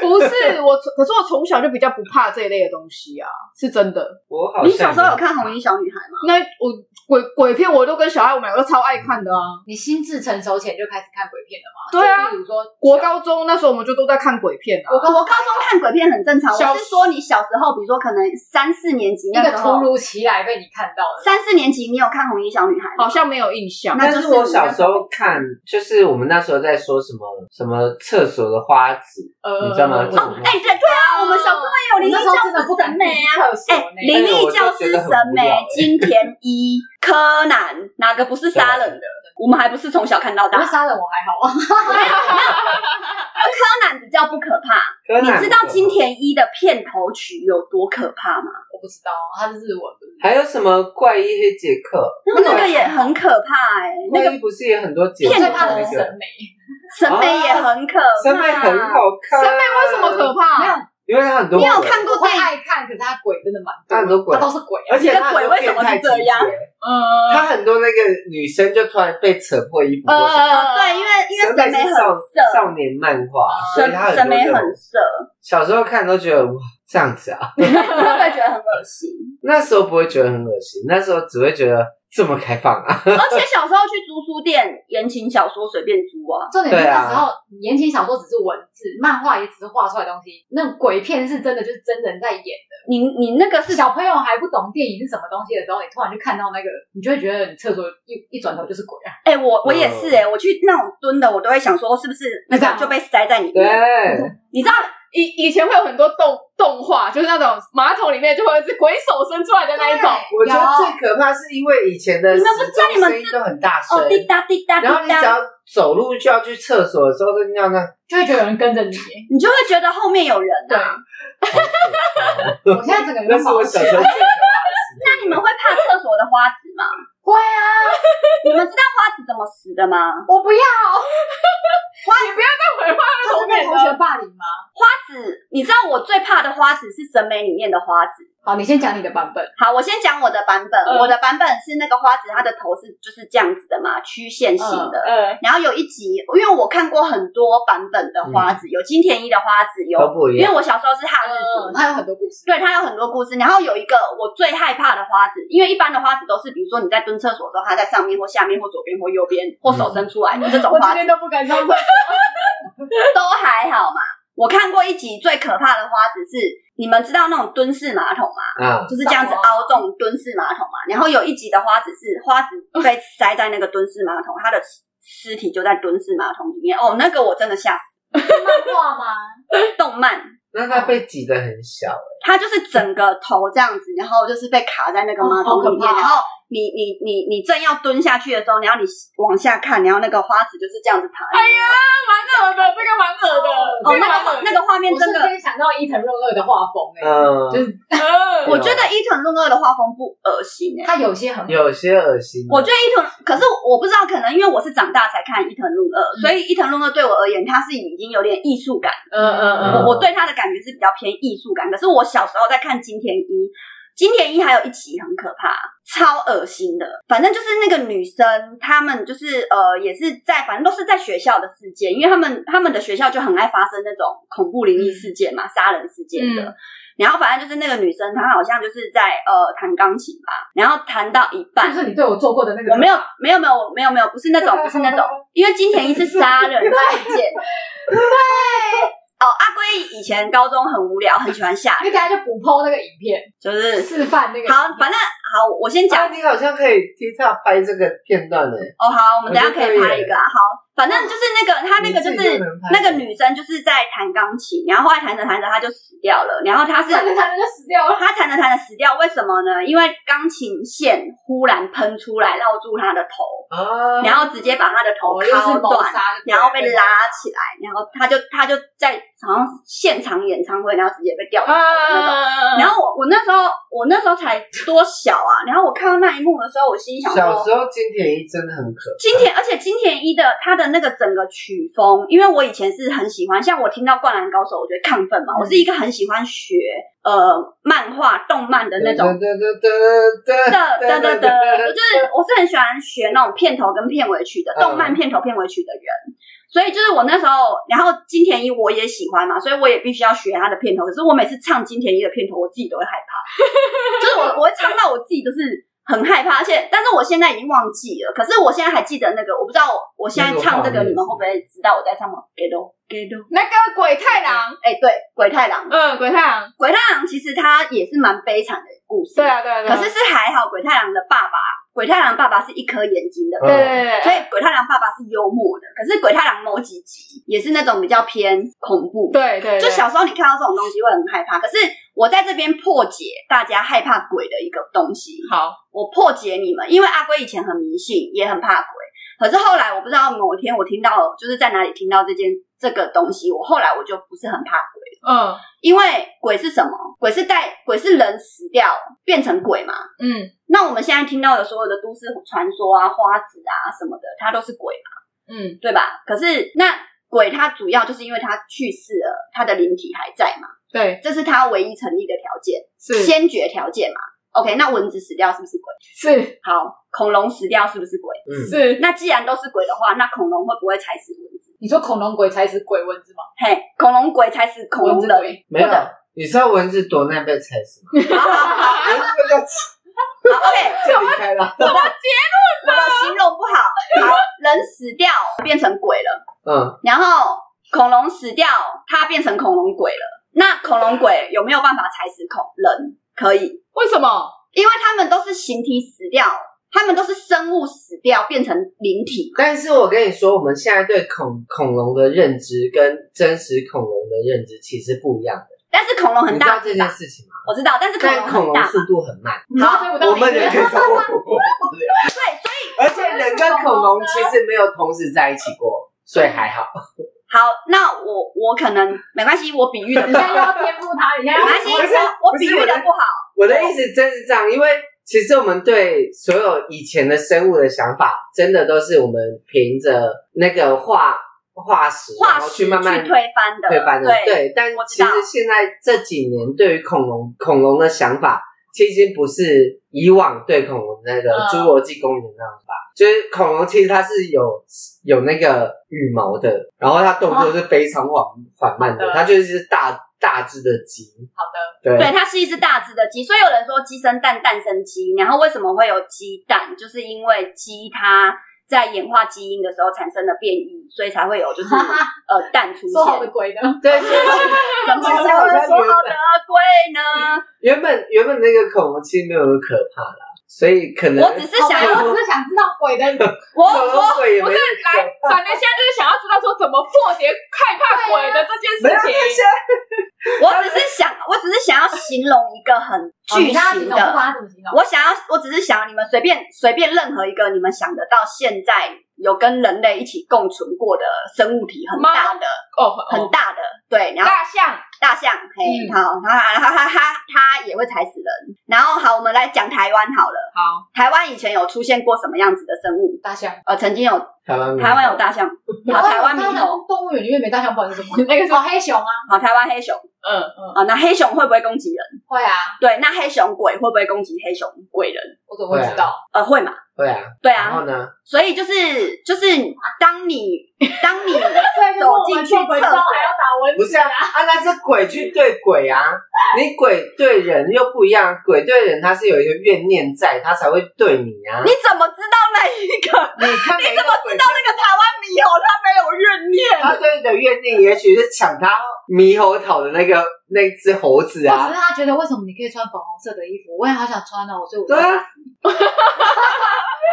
[SPEAKER 5] 不是我从，可是我从小就比较不怕这一类的东西啊，是真的。
[SPEAKER 3] 我好像
[SPEAKER 2] 你小时候有看《红衣小女孩》吗？
[SPEAKER 5] 那我鬼鬼片我都跟小爱我们两个都超爱看的啊。
[SPEAKER 4] 你心智成熟前就开始看鬼片了吗？
[SPEAKER 5] 对啊
[SPEAKER 4] 就比如说
[SPEAKER 5] 国高中那时候我们就都在看鬼片啊。
[SPEAKER 4] 国高
[SPEAKER 2] 我高中看鬼片很正常，
[SPEAKER 5] 小
[SPEAKER 2] 我是说你小时候，比如说可能三四年级
[SPEAKER 4] 一
[SPEAKER 2] 那
[SPEAKER 4] 个
[SPEAKER 2] 时
[SPEAKER 4] 突
[SPEAKER 2] 候，
[SPEAKER 4] 如其来被你看到了，
[SPEAKER 2] 三四年级你有看《红衣小女孩》
[SPEAKER 5] 好
[SPEAKER 2] 吗？
[SPEAKER 5] 像没有印象，
[SPEAKER 2] 那
[SPEAKER 3] 但
[SPEAKER 2] 就是
[SPEAKER 3] 是我小时候看，就是我们那时候在说什么什么厕所的花子，
[SPEAKER 4] 呃，
[SPEAKER 3] 你知道吗？这种
[SPEAKER 2] 哎、对对啊，我们小时候有灵异
[SPEAKER 4] 哦那时
[SPEAKER 2] 教
[SPEAKER 4] 候真的
[SPEAKER 2] 师
[SPEAKER 4] 不敢
[SPEAKER 2] 审
[SPEAKER 4] 进
[SPEAKER 2] 美啊。
[SPEAKER 4] 厕所
[SPEAKER 2] 哎、
[SPEAKER 4] 呢。
[SPEAKER 2] 灵异教师审
[SPEAKER 4] 欸
[SPEAKER 2] 美，金田一、柯南，哪个不是杀人的？我们还不是从小看到大。
[SPEAKER 4] 我会
[SPEAKER 2] 柯
[SPEAKER 4] 杀人我还好啊， <laughs>
[SPEAKER 2] 南比较不可怕，
[SPEAKER 3] 柯
[SPEAKER 2] 你
[SPEAKER 3] 南
[SPEAKER 2] 知道
[SPEAKER 3] 不是
[SPEAKER 2] 金田一的片头曲有多可怕吗？
[SPEAKER 4] 我不知道，啊他是日文的。
[SPEAKER 3] 还有什么怪医黑杰克？
[SPEAKER 2] 那个也很可怕哎、那
[SPEAKER 3] 怪医不是也很多杰
[SPEAKER 4] 我
[SPEAKER 3] 克
[SPEAKER 4] 最
[SPEAKER 3] 那
[SPEAKER 4] 怕的是
[SPEAKER 3] 个
[SPEAKER 4] 审美，
[SPEAKER 2] 审美也啊很可怕，
[SPEAKER 3] 审美很好看，啊
[SPEAKER 5] 审美为什么可怕？
[SPEAKER 4] 没有
[SPEAKER 3] 因为它很多
[SPEAKER 2] 你有
[SPEAKER 3] 鬼
[SPEAKER 2] 看过
[SPEAKER 4] 我会
[SPEAKER 2] 电影？
[SPEAKER 4] 爱看，可是他鬼真的蛮多的，
[SPEAKER 3] 他很多鬼
[SPEAKER 4] 他都是鬼啊，
[SPEAKER 3] 而且它
[SPEAKER 2] 这鬼为什么是这样
[SPEAKER 3] 很多变态情节？
[SPEAKER 5] 呃
[SPEAKER 3] 他很多那个女生就突然被扯破衣服或什么，
[SPEAKER 5] 呃，
[SPEAKER 2] 啊对，因为因为审
[SPEAKER 3] 审
[SPEAKER 2] 美
[SPEAKER 3] 美
[SPEAKER 2] 很
[SPEAKER 3] 是少
[SPEAKER 2] 色，
[SPEAKER 3] 少年漫画，所以
[SPEAKER 2] 审
[SPEAKER 3] 他很
[SPEAKER 2] 审
[SPEAKER 3] 多
[SPEAKER 2] 美
[SPEAKER 3] 这种
[SPEAKER 2] 很色，
[SPEAKER 3] 小时候看都觉得哇这样子啊，
[SPEAKER 2] 你会不会觉得很恶心？
[SPEAKER 3] 那时候不会觉得很恶心，那时候只会觉得这么开放
[SPEAKER 2] <laughs> <laughs>
[SPEAKER 3] 啊。
[SPEAKER 2] 而且小时候去租书店，言情小说随便租啊。
[SPEAKER 4] 重点是
[SPEAKER 3] 对啊
[SPEAKER 4] 那时候言情小说只是文字，漫画也只是画出来的东西，那鬼片是真的就是真人在演的。
[SPEAKER 2] 你你那个是
[SPEAKER 4] 小朋友还不懂电影是什么东西的时候，你突然就看到那个，你就会觉得你厕所一一转头就是鬼啊！
[SPEAKER 2] 哎、我我也是哎、我去那种蹲的，我都会想说是不是那
[SPEAKER 4] 你知道
[SPEAKER 2] 个
[SPEAKER 4] 吗
[SPEAKER 2] 就被塞在里
[SPEAKER 3] 对，
[SPEAKER 2] 面。你知道
[SPEAKER 5] 以以前会有很多动动画，就是那种马桶里面就会有一只鬼手伸出来的那一种。
[SPEAKER 3] 我觉得最可怕是因为以前的
[SPEAKER 2] 你
[SPEAKER 3] 时
[SPEAKER 2] 们不知道你
[SPEAKER 3] 钟
[SPEAKER 2] 们
[SPEAKER 3] 声音都很大声
[SPEAKER 2] 哦，，滴答滴答
[SPEAKER 3] 然后
[SPEAKER 2] 滴
[SPEAKER 3] 你只
[SPEAKER 2] 答，
[SPEAKER 3] 要走路就要去厕所的时候，都尿
[SPEAKER 2] <laughs>
[SPEAKER 3] 那。
[SPEAKER 4] 就会觉得有人跟着你。
[SPEAKER 2] 你就会觉得后面有人
[SPEAKER 4] 对
[SPEAKER 2] 啊。，
[SPEAKER 3] 好可怕哦
[SPEAKER 4] 我现在整个人
[SPEAKER 3] 那
[SPEAKER 4] 都
[SPEAKER 3] 是我
[SPEAKER 4] 毛
[SPEAKER 3] 小
[SPEAKER 4] 起
[SPEAKER 3] 时候最可
[SPEAKER 4] <laughs> 来。
[SPEAKER 3] 怕
[SPEAKER 2] 那你们会怕厕所的花子吗？
[SPEAKER 4] 会啊，
[SPEAKER 2] <laughs> 你们知道花子怎么死的吗？
[SPEAKER 4] 我不要，
[SPEAKER 5] 那鬼话
[SPEAKER 4] 他是被同学霸凌吗？
[SPEAKER 2] 花子，你知道我最怕的花子是审美里面的花子。
[SPEAKER 4] 好，你先讲你的版本。
[SPEAKER 2] 好，我先讲我的版本。
[SPEAKER 5] 嗯
[SPEAKER 2] 我的版本是那个花子，她的头是就是这样子的嘛，曲线型的。
[SPEAKER 5] 呃，
[SPEAKER 2] 然后有一集，因为我看过很多版本的花子，有金田一的花子，有
[SPEAKER 3] 都不一样
[SPEAKER 2] 因为我小时候是哈日族，
[SPEAKER 4] 嗯，他有很多故事。
[SPEAKER 2] 对它有很多故事。然后有一个我最害怕的花子，因为一般的花子都是，比如说你在蹲厕所的时候，它在上面或下面或左边或右边或手伸出来的、这种
[SPEAKER 5] 我
[SPEAKER 2] 花
[SPEAKER 5] 今天
[SPEAKER 2] 子
[SPEAKER 5] 都不敢上厕所。
[SPEAKER 2] 都还好嘛。我看过一集最可怕的花子是，你们知道那种蹲式马桶吗？
[SPEAKER 3] 啊！
[SPEAKER 2] 就是这样子凹这种蹲式马桶嘛。然后有一集的花子是花子被塞在那个蹲式马桶，他的尸体就在蹲式马桶里面。哦，那个我真的吓死。
[SPEAKER 4] 漫画吗？
[SPEAKER 2] 动漫，
[SPEAKER 3] 那他被挤得很小，
[SPEAKER 2] <laughs> 他就是整个头这样子，然后就是被卡在那个马桶里面，
[SPEAKER 4] 哦好可怕
[SPEAKER 2] 然后你你你你正要蹲下去的时候，然后你往下看，然后那个花子就是这样子爬。
[SPEAKER 5] 哎呀，蛮恶的，这个蛮恶的，
[SPEAKER 2] 哦，
[SPEAKER 5] 这个
[SPEAKER 2] 那
[SPEAKER 5] 蛮恶
[SPEAKER 2] 个
[SPEAKER 5] 的。
[SPEAKER 2] 那个画面
[SPEAKER 4] 我
[SPEAKER 2] 真
[SPEAKER 4] 瞬
[SPEAKER 2] 的，
[SPEAKER 4] 间想到伊藤润二的画风哎、
[SPEAKER 3] 嗯，
[SPEAKER 4] 就是
[SPEAKER 5] 呃
[SPEAKER 2] 我觉得伊藤润二的画风不恶心哎、
[SPEAKER 4] 他有些很
[SPEAKER 3] 有些恶
[SPEAKER 5] 嗯
[SPEAKER 3] 心。
[SPEAKER 2] 我觉得伊藤，可是我不知道，可能因为我是长大才看伊藤润二，所以伊藤润二对我而言，他是已经有点艺术感。
[SPEAKER 5] 嗯嗯
[SPEAKER 2] 我我对他的感觉是比较偏艺术感。可是我小时候在看金田一，金田一还有一集很可怕，超恶心的。反正就是那个女生，她们就是呃，也是在反正都是在学校的事件，因为他们他们的学校就很爱发生那种恐怖灵异事件嘛，杀人事件的。
[SPEAKER 5] 嗯
[SPEAKER 2] 然后反正就是那个女生，她好像就是在呃弹钢琴吧，然后弹到一半
[SPEAKER 4] 是，不是你对我做过的那个？
[SPEAKER 2] 我没有，没有，没有，我没有，没有，不是那种，不是那
[SPEAKER 3] <laughs>
[SPEAKER 2] 种，因为金田一是杀人事件。对，哦，阿龟以前高中很无聊，很喜欢下
[SPEAKER 4] 你
[SPEAKER 2] 雨，
[SPEAKER 4] 等下就补剖那个影片，
[SPEAKER 2] 就是
[SPEAKER 4] 示范那个。
[SPEAKER 2] 好，反正好，我先讲
[SPEAKER 3] 啊，你好像可以 TikTok 拍这个片段欸呢。
[SPEAKER 2] 哦，好，我们等一下
[SPEAKER 3] 我
[SPEAKER 2] 可
[SPEAKER 3] 觉得
[SPEAKER 2] 以拍
[SPEAKER 3] 可以
[SPEAKER 2] 一个啊，好，反正就是那个他那个就
[SPEAKER 3] 你自己
[SPEAKER 2] 是
[SPEAKER 3] 就能拍
[SPEAKER 2] 那个女生就是在弹钢琴，然后后来弹着弹着她就死掉了，然后她
[SPEAKER 3] <laughs>
[SPEAKER 2] 是
[SPEAKER 4] 弹着弹着就死掉了。
[SPEAKER 2] 他弹着弹着死掉，为什么呢？因为钢琴线忽然喷出来，绕住他的头，
[SPEAKER 3] 啊，
[SPEAKER 2] 然后直接把他的头
[SPEAKER 4] 哦，又是
[SPEAKER 2] 敲
[SPEAKER 4] 谋
[SPEAKER 2] 断，
[SPEAKER 4] 杀，
[SPEAKER 2] 然后被拉起来，然后他就他就在好像现场演唱会，然后直接被
[SPEAKER 5] 呃
[SPEAKER 2] 吊起来那种。
[SPEAKER 5] 啊
[SPEAKER 2] 然后我我那时候我那时候才多小啊，然后我看到那一幕的时候，我心里想
[SPEAKER 3] 小
[SPEAKER 2] 说。
[SPEAKER 3] 时候金田一真的很可怕。
[SPEAKER 2] 金田，而且金田一的他的那个整个曲风，因为我以前是很喜欢，像我听到《灌篮高手》，我觉得亢奋嘛，我是
[SPEAKER 3] 嗯
[SPEAKER 2] 一个很喜欢学呃漫画、动漫的那种
[SPEAKER 3] 噔噔噔
[SPEAKER 2] 的
[SPEAKER 3] <laughs> 噔噔
[SPEAKER 2] 的的
[SPEAKER 3] 噔噔
[SPEAKER 2] 的，
[SPEAKER 3] 噔
[SPEAKER 2] 我就是我是很喜欢学那种片头跟片尾曲的
[SPEAKER 3] 嗯
[SPEAKER 2] 动漫片头片尾曲的人。所以就是我那时候，然后金田一我也喜欢嘛，所以我也必须要学他的片头。可是我每次唱金田一的片头，我自己都会害怕， <laughs> 就是我我会唱到我自己都是很害怕，而且但是我现在已经忘记了，可是我现在还记得那个，我不知道我我现在唱这个
[SPEAKER 3] 那个画面
[SPEAKER 2] 你们会不会知道我在唱什么？给都给都，
[SPEAKER 5] 那个鬼太郎，
[SPEAKER 2] 哎，对，鬼太郎，
[SPEAKER 5] 嗯，鬼太郎，
[SPEAKER 2] 鬼太郎其实他也是蛮悲惨的故事，
[SPEAKER 5] 对啊，对啊，对啊
[SPEAKER 2] 可是是还好，鬼太郎的爸爸，鬼太郎爸爸是一颗眼睛的，
[SPEAKER 3] 嗯
[SPEAKER 5] 对对对，
[SPEAKER 2] 所
[SPEAKER 5] 对
[SPEAKER 2] 以鬼太郎爸爸是幽默的。可是鬼太郎某几集也是那种比较偏恐怖，
[SPEAKER 5] 对对，对
[SPEAKER 2] 就小时候你看到这种东西会很害怕。可是我在这边破解大家害怕鬼的一个东西，
[SPEAKER 5] 好，
[SPEAKER 2] 我破解你们，因为阿龟以前很迷信，也很怕鬼。可是后来我不知道某一天我听到，就是在哪里听到这件这个东西，我后来我就不是很怕鬼。
[SPEAKER 5] 嗯
[SPEAKER 2] 因为鬼是什么？鬼是带鬼是人死掉变成鬼嘛？
[SPEAKER 5] 嗯
[SPEAKER 2] 那我们现在听到的所有的都市传说啊、花子啊什么的，它都是鬼嘛，
[SPEAKER 5] 嗯，
[SPEAKER 2] 对吧？可是那鬼它主要就是因为它去世了，它的灵体还在嘛，
[SPEAKER 5] 对，
[SPEAKER 2] 这是它唯一成立的条件，
[SPEAKER 5] 是
[SPEAKER 2] 先决条件嘛。OK，那蚊子死掉是不是鬼？
[SPEAKER 5] 是
[SPEAKER 2] 好，恐龙死掉是不是鬼？
[SPEAKER 3] 嗯，
[SPEAKER 5] 是，
[SPEAKER 2] 那既然都是鬼的话，那恐龙会不会踩死蚊子？
[SPEAKER 4] 你说恐龙鬼踩死鬼蚊子吗？
[SPEAKER 2] 嘿，恐龙鬼踩死恐
[SPEAKER 4] 蚊
[SPEAKER 2] 龙
[SPEAKER 4] 子
[SPEAKER 2] 人。
[SPEAKER 4] 鬼，
[SPEAKER 3] 没有
[SPEAKER 2] 或者。
[SPEAKER 3] 你知道蚊子躲那被踩死
[SPEAKER 2] <laughs>
[SPEAKER 3] 吗？
[SPEAKER 2] 好好好好
[SPEAKER 3] 蚊子被
[SPEAKER 2] ，OK，
[SPEAKER 3] 这离开了。
[SPEAKER 2] 我的形容不好。好，人死掉变成鬼了。
[SPEAKER 3] 嗯，
[SPEAKER 2] 然后恐龙死掉，它变成恐龙鬼了。那恐龙鬼有没有办法踩死恐人？可以，
[SPEAKER 5] 为什么？
[SPEAKER 2] 因为他们都是形体死掉，他们都是生物死掉变成灵体。
[SPEAKER 3] 但是我跟你说，我们现在对恐恐龙的认知跟真实恐龙的认知其实不一样的。
[SPEAKER 2] 但是恐龙很
[SPEAKER 3] 你知道
[SPEAKER 2] 大，啊
[SPEAKER 3] 这件事情吗？
[SPEAKER 2] 我知道，但是恐龙
[SPEAKER 3] 但恐
[SPEAKER 2] 很
[SPEAKER 3] 龙
[SPEAKER 2] 大。啊
[SPEAKER 3] 速度很慢，
[SPEAKER 4] 然后追不到
[SPEAKER 3] 我
[SPEAKER 4] 你
[SPEAKER 3] 们人可以超过恐龙。对， <laughs> 所以而且人跟恐龙其实没有同时在一起过，所以
[SPEAKER 2] <laughs>
[SPEAKER 3] 还好。
[SPEAKER 2] 好，那我我可能没关系，我比喻的
[SPEAKER 4] 你
[SPEAKER 2] 不
[SPEAKER 4] 现
[SPEAKER 2] 好
[SPEAKER 4] 在，又要颠覆他，你现
[SPEAKER 2] 没
[SPEAKER 4] 在要
[SPEAKER 2] 关系，
[SPEAKER 3] 不是
[SPEAKER 2] <laughs> 我我比喻
[SPEAKER 3] 不是
[SPEAKER 2] 的
[SPEAKER 3] 我的
[SPEAKER 2] 不好。
[SPEAKER 3] 我的意思真是这样，因为其实我们对所有以前的生物的想法，真的都是我们凭着那个化化石，
[SPEAKER 2] 化
[SPEAKER 3] 然后
[SPEAKER 2] 石
[SPEAKER 3] 去慢慢
[SPEAKER 2] 推翻的，
[SPEAKER 3] 推翻的。
[SPEAKER 2] 对，
[SPEAKER 3] 对，但
[SPEAKER 2] 我知
[SPEAKER 3] 其
[SPEAKER 2] 道
[SPEAKER 3] 实现在这几年对于恐龙恐龙的想法，其实已经不是以往对恐龙那个
[SPEAKER 4] 嗯
[SPEAKER 3] 《侏罗纪公园》那种法，就是恐龙其实它是有有那个羽毛的，然后它动
[SPEAKER 2] 哦
[SPEAKER 3] 作是非常缓缓慢的
[SPEAKER 2] 嗯
[SPEAKER 4] 好，的
[SPEAKER 3] 它就是大大只的鸡。
[SPEAKER 4] 好的，
[SPEAKER 3] 对，
[SPEAKER 2] 对，它是一只大只的鸡，所以有人说鸡生蛋，蛋生鸡。然后为什么会有鸡蛋？就是因为鸡它在演化基因的时候产生了变异，所以才会有就是呃蛋出现。
[SPEAKER 4] 说好的鬼呢？
[SPEAKER 3] 对，
[SPEAKER 2] <laughs>
[SPEAKER 3] 所以
[SPEAKER 2] 怎么
[SPEAKER 3] 其实
[SPEAKER 2] 才
[SPEAKER 3] 好
[SPEAKER 2] 会
[SPEAKER 3] 像
[SPEAKER 2] 说
[SPEAKER 3] 原
[SPEAKER 2] 好
[SPEAKER 3] 本
[SPEAKER 2] 的龟呢？
[SPEAKER 3] 原本原本那个恐龙其实没有那么可怕啦，所以可能
[SPEAKER 2] 我只是想要，
[SPEAKER 4] 我只是想知道鬼的
[SPEAKER 2] 我
[SPEAKER 3] 恐龙
[SPEAKER 4] 嗯
[SPEAKER 2] 我
[SPEAKER 3] 鬼也
[SPEAKER 5] 不
[SPEAKER 3] 没
[SPEAKER 5] 是来，闪人现在就是想要知道说怎么破解害怕鬼的这件
[SPEAKER 3] 没有
[SPEAKER 5] 事
[SPEAKER 3] 那些
[SPEAKER 5] 情。
[SPEAKER 2] 我只是想，我只是想要形容一个
[SPEAKER 4] <laughs>
[SPEAKER 2] 很
[SPEAKER 4] 哦
[SPEAKER 2] 巨型
[SPEAKER 4] 我不管
[SPEAKER 2] 的。
[SPEAKER 4] 他怎么形容，
[SPEAKER 2] 我想要，我只是想你们随便随便任何一个你们想得到现在有跟人类一起共存过的生物体，很
[SPEAKER 5] 猫
[SPEAKER 2] 大的，
[SPEAKER 5] 哦，
[SPEAKER 2] 很
[SPEAKER 5] 哦
[SPEAKER 2] 大的，对，然后
[SPEAKER 5] 大象，
[SPEAKER 2] 大象，嘿，
[SPEAKER 5] 嗯
[SPEAKER 2] 好，然后然后它它它也会踩死人。然后好，我们来讲台湾好了。
[SPEAKER 5] 好，
[SPEAKER 2] 台湾以前有出现过什么样子的生物？
[SPEAKER 4] 大象，
[SPEAKER 2] 呃，曾经有
[SPEAKER 3] 台湾
[SPEAKER 2] 台湾有大象，好，台湾猕猴，
[SPEAKER 4] 动物园里面没大象，不管是什么，
[SPEAKER 5] 那个是
[SPEAKER 4] 哦，黑熊啊，
[SPEAKER 2] 好，台湾黑熊，
[SPEAKER 5] 嗯
[SPEAKER 2] 啊，那黑熊会不会攻击人？
[SPEAKER 4] 会啊，
[SPEAKER 2] 对，那黑熊鬼会不会攻击黑熊鬼人？
[SPEAKER 4] 我怎么会知道？
[SPEAKER 2] 呃，会嘛？
[SPEAKER 3] 对啊，
[SPEAKER 2] 对
[SPEAKER 3] 然后
[SPEAKER 2] 啊，
[SPEAKER 3] 呢？
[SPEAKER 2] 所以就是就是当你当你
[SPEAKER 4] 走鬼之后还要打
[SPEAKER 3] <laughs>
[SPEAKER 4] 蚊
[SPEAKER 3] 不
[SPEAKER 4] 子
[SPEAKER 3] 是啊，
[SPEAKER 4] 啊？
[SPEAKER 3] 啊那是鬼去对鬼
[SPEAKER 4] <laughs>
[SPEAKER 3] 啊，你鬼对人又不一样，鬼对人他是有一个怨念在，他才会对你啊。
[SPEAKER 2] 你怎么知道那一个
[SPEAKER 3] 你看每个鬼，
[SPEAKER 2] 那个台湾猕猴它没有怨念？
[SPEAKER 3] 他对你的怨念也许是抢他猕猴桃的那个那只猴子
[SPEAKER 4] 或者
[SPEAKER 3] 啊。
[SPEAKER 4] 是他觉得为什么你可以穿粉红色的衣服，我也好想穿哦，所以我就
[SPEAKER 3] 对啊， <laughs>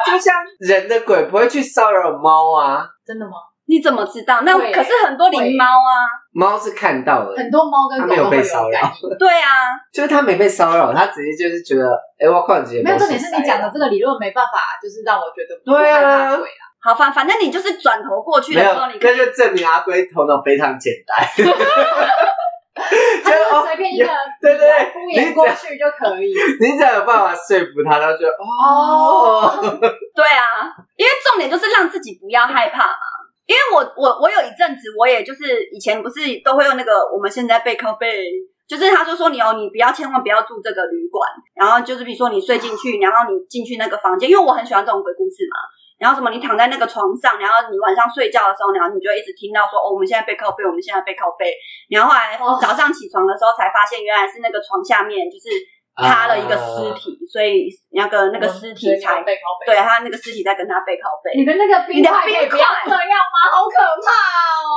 [SPEAKER 3] 就像人的鬼不会去骚扰猫啊，
[SPEAKER 4] 真的吗？
[SPEAKER 2] 你怎么知道？那
[SPEAKER 4] 会
[SPEAKER 2] 可是很多灵
[SPEAKER 4] 会
[SPEAKER 2] 猫啊，
[SPEAKER 3] 猫是看到的，
[SPEAKER 4] 很多猫跟
[SPEAKER 3] 它
[SPEAKER 4] 狗
[SPEAKER 3] 没
[SPEAKER 4] 都
[SPEAKER 3] 有
[SPEAKER 4] 会
[SPEAKER 3] 被
[SPEAKER 4] 有
[SPEAKER 3] 骚扰
[SPEAKER 4] 感应。
[SPEAKER 2] 对啊，
[SPEAKER 3] 就是他没被骚扰，他直接就是觉得，哎、我靠，直接
[SPEAKER 4] 没有重点是啊你讲的这个理论没办法，就是让我觉得不
[SPEAKER 3] 对
[SPEAKER 4] 害
[SPEAKER 3] 啊
[SPEAKER 4] 怕鬼 <laughs> 啦。
[SPEAKER 2] 好，反反正你就是转头过去
[SPEAKER 3] 没
[SPEAKER 2] 的时
[SPEAKER 3] 有
[SPEAKER 2] 候，你，可
[SPEAKER 3] 那
[SPEAKER 2] 以
[SPEAKER 3] 就证明阿龟头脑非常简
[SPEAKER 4] <laughs>
[SPEAKER 3] 单。哦
[SPEAKER 4] 他就是随便一个
[SPEAKER 3] 对对对
[SPEAKER 4] 敷衍过去就可以。
[SPEAKER 3] 你只要有办法说服他，他就觉得哦，
[SPEAKER 2] 对啊，因为重点就是让自己不要害怕嘛。因为我我我有一阵子，我也就是以前不是都会用那个我们现在背靠背，就是他就说你哦，你不要千万不要住这个旅馆，然后就是比如说你睡进去，然后你进去那个房间，因为我很喜欢这种鬼故事嘛。然后什么你躺在那个床上，然后你晚上睡觉的时候，然后你就一直听到说哦，我们现在被靠背，我们现在被靠背。然后后来
[SPEAKER 4] 哦
[SPEAKER 2] 早上起床的时候才发现，原来是那个床下面就是塌了一个尸体，所以那个那个尸体才
[SPEAKER 4] 被拷贝。
[SPEAKER 2] 对他那个尸体在跟他背靠背。
[SPEAKER 4] 你的那个
[SPEAKER 2] 你
[SPEAKER 4] 冰
[SPEAKER 2] 的
[SPEAKER 4] 块可以
[SPEAKER 2] 冰
[SPEAKER 4] 不要
[SPEAKER 2] 块
[SPEAKER 4] 这样吗？好可怕哦！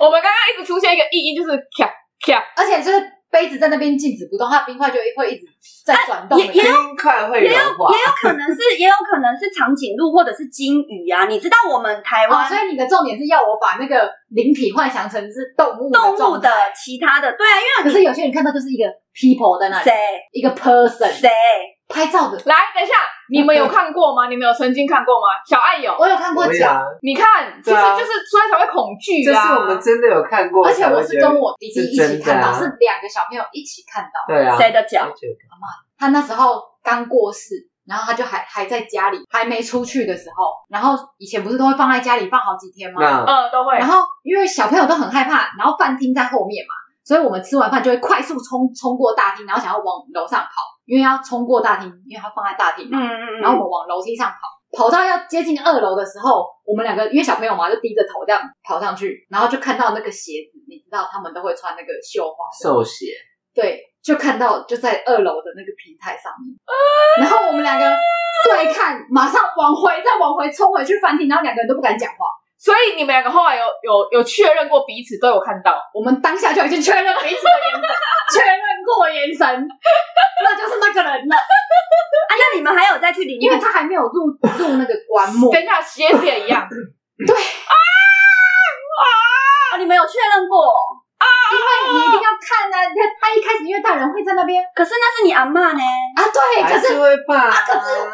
[SPEAKER 5] 我们刚刚一直出现一个异音，就是咔咔，
[SPEAKER 4] <laughs> 而且就是杯子在那边静止不动，它的冰块就会一直在转动的。
[SPEAKER 2] 也也
[SPEAKER 3] 冰块会
[SPEAKER 2] 也有
[SPEAKER 3] 融化
[SPEAKER 2] 也，有可能是，也有可能是长颈鹿或者是金鱼啊。你知道我们台
[SPEAKER 4] 哦，
[SPEAKER 2] 湾
[SPEAKER 4] 所以你的重点是要我把那个灵体幻想成是动物
[SPEAKER 2] 动物
[SPEAKER 4] 状
[SPEAKER 2] 的
[SPEAKER 4] 态，
[SPEAKER 2] 其他的，对啊，因
[SPEAKER 4] 可是有些人看到就是一个 people 在那
[SPEAKER 2] 为
[SPEAKER 4] 里，
[SPEAKER 2] 谁
[SPEAKER 4] 一个 person
[SPEAKER 2] 谁
[SPEAKER 4] 拍照的。
[SPEAKER 5] 来，等一下，你们有看过吗？你们有曾经看过吗？小爱有，
[SPEAKER 4] 我有看过
[SPEAKER 3] 对
[SPEAKER 4] 脚，
[SPEAKER 3] 啊，
[SPEAKER 5] 你看，其
[SPEAKER 3] 对
[SPEAKER 5] 实
[SPEAKER 3] 啊
[SPEAKER 5] 就是所以才会恐惧
[SPEAKER 3] 就
[SPEAKER 5] 啊。
[SPEAKER 3] 是我们真的有看过，
[SPEAKER 4] 而且
[SPEAKER 3] 才会
[SPEAKER 4] 我
[SPEAKER 3] 觉
[SPEAKER 4] 是
[SPEAKER 3] 得
[SPEAKER 4] 跟我弟弟一
[SPEAKER 3] 是
[SPEAKER 4] 起
[SPEAKER 3] 真的
[SPEAKER 4] 看
[SPEAKER 3] 啊
[SPEAKER 4] 到，是两个小朋友一起看到。
[SPEAKER 3] 对啊，
[SPEAKER 2] 谁的脚，
[SPEAKER 3] 就觉得
[SPEAKER 4] 他那时候刚过世，然后他就还还在家里，还没出去的时候，然后以前不是都会放在家里放好几天吗？
[SPEAKER 3] 那
[SPEAKER 5] 嗯，都会
[SPEAKER 4] 然。后因为小朋友都很害怕，然后饭厅在后面嘛，所以我们吃完饭就会快速冲冲过大厅，然后想要往楼上跑，因为要冲过大厅，因为它放在大厅嘛。
[SPEAKER 2] 嗯
[SPEAKER 4] 然后我们往楼梯上跑，跑到要接近二楼的时候，我们两个因为小朋友嘛，就低着头这样跑上去，然后就看到那个鞋子，你知道他们都会穿那个绣花的，
[SPEAKER 3] 受血，
[SPEAKER 4] 对，就看到就在二楼的那个平台上面，然后我们两个对看，马上往回再往回冲回去饭厅，然后两个人都不敢讲话。
[SPEAKER 5] 所以你们两个后来有有有确认过彼此都有看到，
[SPEAKER 4] 我们当下就已 <laughs> 经确认彼此的眼神，确认过眼神，那就是那个人了，
[SPEAKER 2] 啊，那你们还有再去领
[SPEAKER 4] 因为他还没有入入那个棺木
[SPEAKER 5] 等。一下鞋子也一样，
[SPEAKER 2] 哦，你们有确认过？
[SPEAKER 4] 哎你一定要看啊！你看他一开始因为大人会在那边
[SPEAKER 2] 可是那是你阿嬷呢，
[SPEAKER 4] 啊，对，
[SPEAKER 3] 还
[SPEAKER 4] 可是
[SPEAKER 3] 是会怕啊。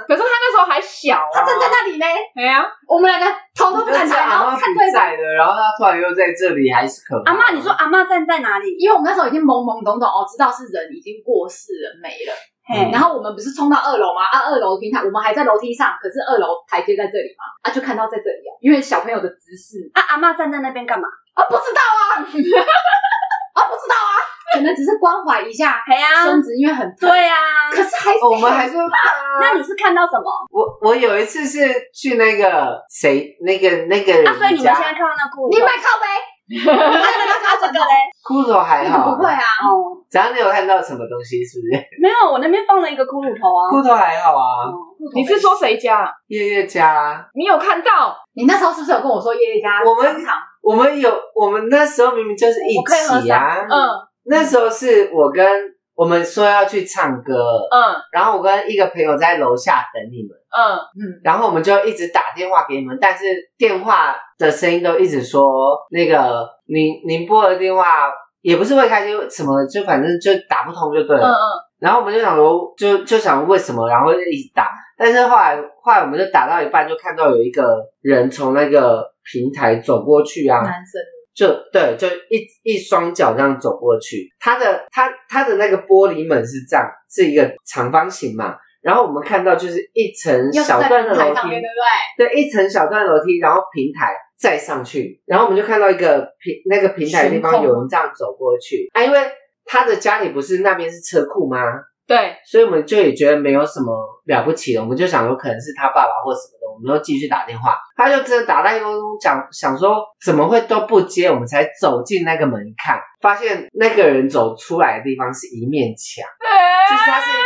[SPEAKER 5] 可是他那时候还小啊，
[SPEAKER 4] 他站在那里呢，
[SPEAKER 5] 哎
[SPEAKER 2] 啊
[SPEAKER 5] 呀，
[SPEAKER 4] 我们两个头都不敢
[SPEAKER 3] 而且
[SPEAKER 4] 抬，然
[SPEAKER 3] 阿
[SPEAKER 4] 后
[SPEAKER 3] 妈
[SPEAKER 4] 看对
[SPEAKER 3] 不
[SPEAKER 4] 方，
[SPEAKER 3] 在了，然后他突然又在这里，还是可怕。
[SPEAKER 2] 阿
[SPEAKER 3] 啊
[SPEAKER 2] 嬷，你说阿嬷站在哪里？
[SPEAKER 4] 因为我们那时候已经懵懵懂懂哦，知道是人已经过世了没了。
[SPEAKER 2] 嘿
[SPEAKER 3] 嗯
[SPEAKER 4] 然后我们不是冲到二楼吗？啊，二楼平台我们还在楼梯上，可是二楼台阶在这里嘛，啊，就看到在这里啊，因为小朋友的姿势
[SPEAKER 2] 啊，阿嬷站在那边干嘛？
[SPEAKER 4] 啊，不知道啊， <laughs> 啊，不知道啊，可能只是关怀一下
[SPEAKER 2] 嘿啊，
[SPEAKER 4] 孙子，因为很疼。
[SPEAKER 2] 对啊。
[SPEAKER 4] 哎可是还是
[SPEAKER 3] 哦我们还是会怕啊。
[SPEAKER 2] 那你是看到什么？
[SPEAKER 3] 我我有一次是去那个谁那个那个
[SPEAKER 2] 啊，所以你们
[SPEAKER 3] 人
[SPEAKER 2] 现
[SPEAKER 3] 家
[SPEAKER 2] 在看到那骷髅？
[SPEAKER 4] 你买靠背，
[SPEAKER 3] <laughs>
[SPEAKER 2] 啊这个啊这个嘞？
[SPEAKER 3] 骷髅还
[SPEAKER 4] 你
[SPEAKER 3] 好，
[SPEAKER 4] 不会。啊？
[SPEAKER 2] 哦，
[SPEAKER 3] 只要你有看到什么东西，是不是？
[SPEAKER 2] 没有，我那边放了一个骷髅头啊。
[SPEAKER 3] 骷髅还好啊，
[SPEAKER 2] 哦
[SPEAKER 5] 你是说谁家？啊
[SPEAKER 3] 夜夜家。
[SPEAKER 5] 你有看到？
[SPEAKER 4] 你那时候是不是有跟我说夜夜家
[SPEAKER 3] 我们
[SPEAKER 4] 常常
[SPEAKER 3] 我们有我们那时候明明就是一
[SPEAKER 2] 我可以合
[SPEAKER 3] 起啊，
[SPEAKER 5] 嗯
[SPEAKER 3] 那时候是我跟我们说要去唱歌，
[SPEAKER 5] 嗯
[SPEAKER 3] 然后我跟一个朋友在楼下等你们，
[SPEAKER 5] 嗯，
[SPEAKER 4] 嗯，
[SPEAKER 3] 然后我们就一直打电话给你们，但是电话的声音都一直说那个您您拨的电话也不是会开机什么，就反正就打不通就对了。
[SPEAKER 5] 嗯嗯
[SPEAKER 3] 然后我们就想说，就就想为什么，然后就一直打，但是后来后来我们就打到一半，就看到有一个人从那个平台走过去啊，
[SPEAKER 4] 男生
[SPEAKER 3] 就对，就一一双脚这样走过去。它的它它的那个玻璃门是这样，是一个长方形嘛。然后我们看到就是一层
[SPEAKER 4] 又是
[SPEAKER 3] 小
[SPEAKER 4] 在
[SPEAKER 3] 段的
[SPEAKER 4] 平台
[SPEAKER 3] 楼
[SPEAKER 4] 上
[SPEAKER 3] 梯
[SPEAKER 4] 面，，对不对？
[SPEAKER 3] 对，一层小段楼梯，然后平台再上去，然后我们就看到一个平那个平台的地
[SPEAKER 4] 悬
[SPEAKER 3] 方
[SPEAKER 4] 空
[SPEAKER 3] 有人这样走过去啊，因为他的家里不是那边是车库吗？
[SPEAKER 5] 对，
[SPEAKER 3] 所以我们就也觉得没有什么了不起的，我们就想说可能是他爸爸或什么的，我们就继续打电话。他就真的打到一分钟，讲想说怎么会都不接，我们才走进那个门一看，发现那个人走出来的地方是一面墙，
[SPEAKER 5] 哎
[SPEAKER 3] 就是他是
[SPEAKER 5] 啊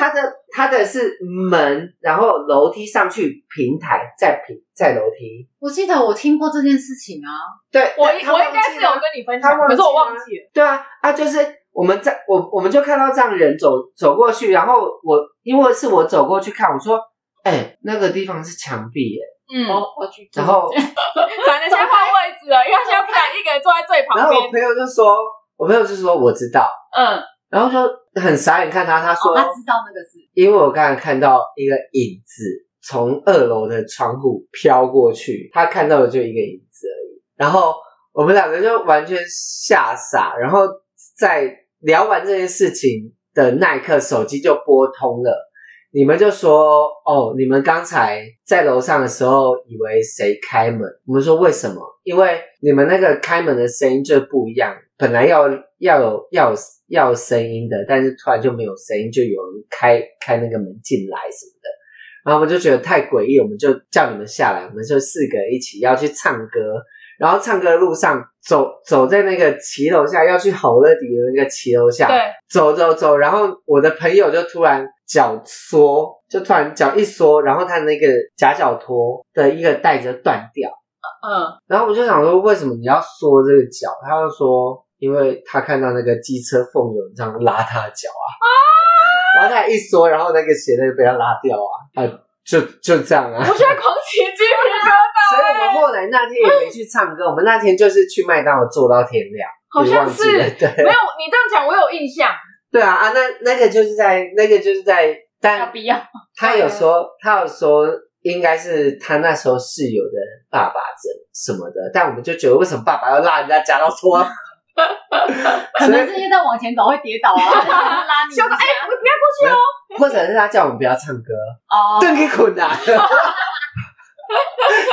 [SPEAKER 3] 他的他的是门，然后楼梯上去平台，再平再楼梯。
[SPEAKER 4] 我记得我听过这件事情啊，
[SPEAKER 3] 对，
[SPEAKER 5] 我
[SPEAKER 3] 但他
[SPEAKER 5] 我
[SPEAKER 3] 忘
[SPEAKER 5] 应该
[SPEAKER 3] 记
[SPEAKER 5] 是有
[SPEAKER 3] 了
[SPEAKER 5] 跟你分享
[SPEAKER 3] 他，忘
[SPEAKER 5] 可
[SPEAKER 3] 记
[SPEAKER 5] 是我
[SPEAKER 3] 吗
[SPEAKER 5] 忘记了。
[SPEAKER 3] 对啊，啊，就是我们在我我们就看到这样人走走过去，然后我因为是我走过去看，我说，哎、那个地方是墙壁耶，
[SPEAKER 5] 嗯，
[SPEAKER 4] 我我去，
[SPEAKER 3] 然后
[SPEAKER 5] 咱的先换位置了，因为他现在不敢一个人坐在最
[SPEAKER 3] <laughs> 然
[SPEAKER 5] 旁
[SPEAKER 3] 后我
[SPEAKER 5] 边。
[SPEAKER 3] 朋友就说，我朋友就说我知道，
[SPEAKER 5] 嗯，
[SPEAKER 3] 然后就很傻眼看他，他
[SPEAKER 4] 哦
[SPEAKER 3] 说，
[SPEAKER 4] 他知道那个是
[SPEAKER 3] 因为我刚才看到一个影子从二楼的窗户飘过去，他看到的就一个影子而已。然后我们两个就完全吓傻，然后在聊完这件事情的那一刻，手机就拨通了。你们就说哦，你们刚才在楼上的时候以为谁开门？我们说为什么？因为你们那个开门的声音就不一样，本来要要有要有要有声音的，但是突然就没有声音，就有人开开那个门进来什么的。然后我们就觉得太诡异，我们就叫你们下来，我们就四个一起要去唱歌。然后唱歌的路上走走在那个骑楼下，要去好乐迪的那个骑楼下，
[SPEAKER 5] 对，
[SPEAKER 3] 走走走，然后我的朋友就突然脚缩，就突然脚一缩，然后他那个夹脚托的一个带就断掉。 <laughs>
[SPEAKER 5] 嗯，
[SPEAKER 3] 然后我就想说，为什么你要缩这个脚？他就说，因为他看到那个机车缝有人这样拉他的脚啊，然后他一缩，然后那个鞋带就被他拉掉啊，啊、就就这样啊。
[SPEAKER 5] 我现在狂起鸡皮疙瘩，
[SPEAKER 3] 所以我们后来那天也没去唱歌，我们那天就是去麦当劳坐到天亮，
[SPEAKER 5] 好
[SPEAKER 3] 你
[SPEAKER 5] 像
[SPEAKER 3] 忘记了
[SPEAKER 5] 是
[SPEAKER 3] 对
[SPEAKER 5] 没有你这样讲，我有印
[SPEAKER 3] <laughs>
[SPEAKER 5] 象，
[SPEAKER 3] 对啊啊，那那个就是在那个就是在，
[SPEAKER 5] 要
[SPEAKER 3] 但
[SPEAKER 5] 不要？
[SPEAKER 3] 他有
[SPEAKER 4] 啊
[SPEAKER 3] 说他有说应该是他那时候室友的爸爸这什么的，但我们就觉得为什么爸爸要拉人家夹到啊拖？
[SPEAKER 4] <laughs> 可能是因为在往前走会跌倒啊，拉你一下
[SPEAKER 5] 小的哎，我不要
[SPEAKER 3] 或者是他叫我们不要唱歌，
[SPEAKER 4] 哦，
[SPEAKER 3] 更可以困
[SPEAKER 4] <laughs>
[SPEAKER 3] 难。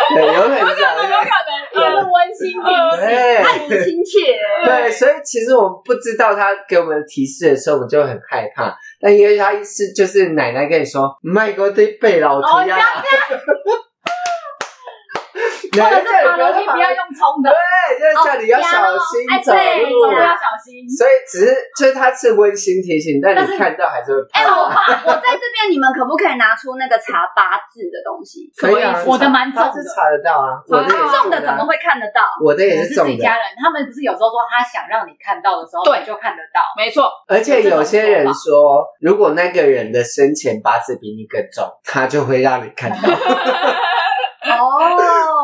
[SPEAKER 3] 对，有可能这样。
[SPEAKER 5] 不
[SPEAKER 3] 对
[SPEAKER 5] 可能，
[SPEAKER 4] 更温馨点。
[SPEAKER 2] 爱
[SPEAKER 3] 对
[SPEAKER 2] 你亲切，
[SPEAKER 3] 对，所以其实我们不知道他给我们的提示的时候，我们就很害怕。但因为他是就是奶奶跟你说，卖国对背老
[SPEAKER 4] 哦，
[SPEAKER 3] 提
[SPEAKER 4] 你不
[SPEAKER 3] 啊
[SPEAKER 4] 要，
[SPEAKER 3] <laughs> 奶
[SPEAKER 4] 或
[SPEAKER 3] 奶
[SPEAKER 4] 者是
[SPEAKER 3] 叫
[SPEAKER 4] 爬楼
[SPEAKER 3] 你
[SPEAKER 4] 梯不要用冲的，
[SPEAKER 3] 对，就是叫你要小心
[SPEAKER 4] 哎，
[SPEAKER 3] 走
[SPEAKER 4] 对，走路
[SPEAKER 3] 路。
[SPEAKER 4] 要小心。
[SPEAKER 3] 所以只是就是他是温馨提醒，但
[SPEAKER 2] 但
[SPEAKER 3] 你
[SPEAKER 2] 是
[SPEAKER 3] 看到还是会
[SPEAKER 2] <laughs> 哎、
[SPEAKER 3] 怕。
[SPEAKER 2] 我怕，我在这边，你们可不可以拿出那个查八字的东
[SPEAKER 4] <laughs>
[SPEAKER 2] 西？
[SPEAKER 3] 可以啊
[SPEAKER 4] 什么意思我的蛮重
[SPEAKER 3] 他
[SPEAKER 4] 的
[SPEAKER 3] 是查得到啊，我
[SPEAKER 1] 查
[SPEAKER 3] 的
[SPEAKER 1] 得到啊
[SPEAKER 3] 也是
[SPEAKER 2] 重的怎么
[SPEAKER 3] 会？
[SPEAKER 2] 会看得到？
[SPEAKER 3] 我的也
[SPEAKER 4] 可能
[SPEAKER 3] 是
[SPEAKER 4] 自
[SPEAKER 3] 重
[SPEAKER 4] 己
[SPEAKER 3] 的，
[SPEAKER 4] 家人，他们不是有时候说他想让你看到的时候，
[SPEAKER 5] 对
[SPEAKER 4] 你就看得到。
[SPEAKER 5] 没错，
[SPEAKER 3] 而且有些人说，如果那个人的生前八字比你更重，他就会让你看到。
[SPEAKER 2] 哦，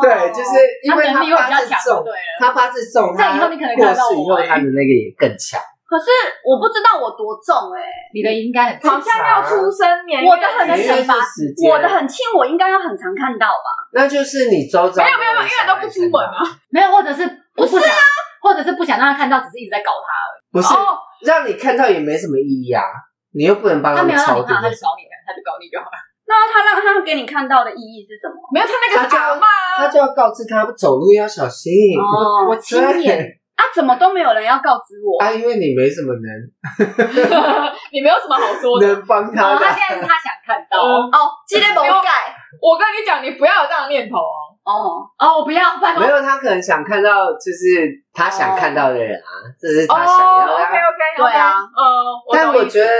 [SPEAKER 3] <laughs> 对，就是因为
[SPEAKER 4] 他能力会比
[SPEAKER 3] 八
[SPEAKER 4] 较
[SPEAKER 3] 字
[SPEAKER 4] 强，
[SPEAKER 3] 重
[SPEAKER 4] 对，了。
[SPEAKER 3] 他八字重，
[SPEAKER 4] 这样
[SPEAKER 3] 他
[SPEAKER 4] 以后你可能
[SPEAKER 3] 过
[SPEAKER 4] 看到
[SPEAKER 3] 世以后
[SPEAKER 4] 我欸
[SPEAKER 3] 他的那个也更强。
[SPEAKER 2] 可是我不知道我多重哎、
[SPEAKER 4] 你的应该很
[SPEAKER 5] 好像要出生年月日，
[SPEAKER 2] 我的很
[SPEAKER 3] 因为
[SPEAKER 2] 想
[SPEAKER 3] 是
[SPEAKER 2] 八
[SPEAKER 3] 时间，
[SPEAKER 2] 我的很轻，我应该要很常看到吧？
[SPEAKER 3] 那就是你周遭
[SPEAKER 5] 没有没有没有，因为都不出门啊。
[SPEAKER 4] 没有，或者是不是啊，或者是不想让他看到，只是一直在搞他，
[SPEAKER 3] 不是
[SPEAKER 5] 哦，
[SPEAKER 3] 让你看到也没什么意义啊，你又不能帮
[SPEAKER 4] 他
[SPEAKER 3] 们
[SPEAKER 4] 没有让
[SPEAKER 3] 超
[SPEAKER 4] 你
[SPEAKER 3] 度
[SPEAKER 4] 看，。他就搞你，他就搞你就好了。
[SPEAKER 2] 那他让他给你看到的意义是什么？
[SPEAKER 5] 没有他那个是阿妈，啊
[SPEAKER 3] 他就要告知他走路要小心
[SPEAKER 2] 哦
[SPEAKER 4] 我亲眼，
[SPEAKER 2] 啊，怎么都没有人要告知我？
[SPEAKER 3] <laughs> 啊，因为你没什么能
[SPEAKER 5] 你没有什么好说的。
[SPEAKER 3] 能帮他
[SPEAKER 4] 哦
[SPEAKER 3] 的
[SPEAKER 4] 他。现在是他想看到。
[SPEAKER 5] 嗯
[SPEAKER 2] 哦，记得某盖
[SPEAKER 5] 我跟你讲，你不要有这样的念头哦。
[SPEAKER 2] 哦，
[SPEAKER 4] 哦，我不要，拜
[SPEAKER 3] 没
[SPEAKER 4] 托。
[SPEAKER 3] 有，他可能想看到就是他想看到的人啊，
[SPEAKER 4] 哦
[SPEAKER 3] 这是他想要的、
[SPEAKER 5] OK
[SPEAKER 3] 啊。
[SPEAKER 5] 哦 OK，
[SPEAKER 2] 对啊，
[SPEAKER 5] 嗯，
[SPEAKER 3] 但我觉
[SPEAKER 5] 得
[SPEAKER 3] 得，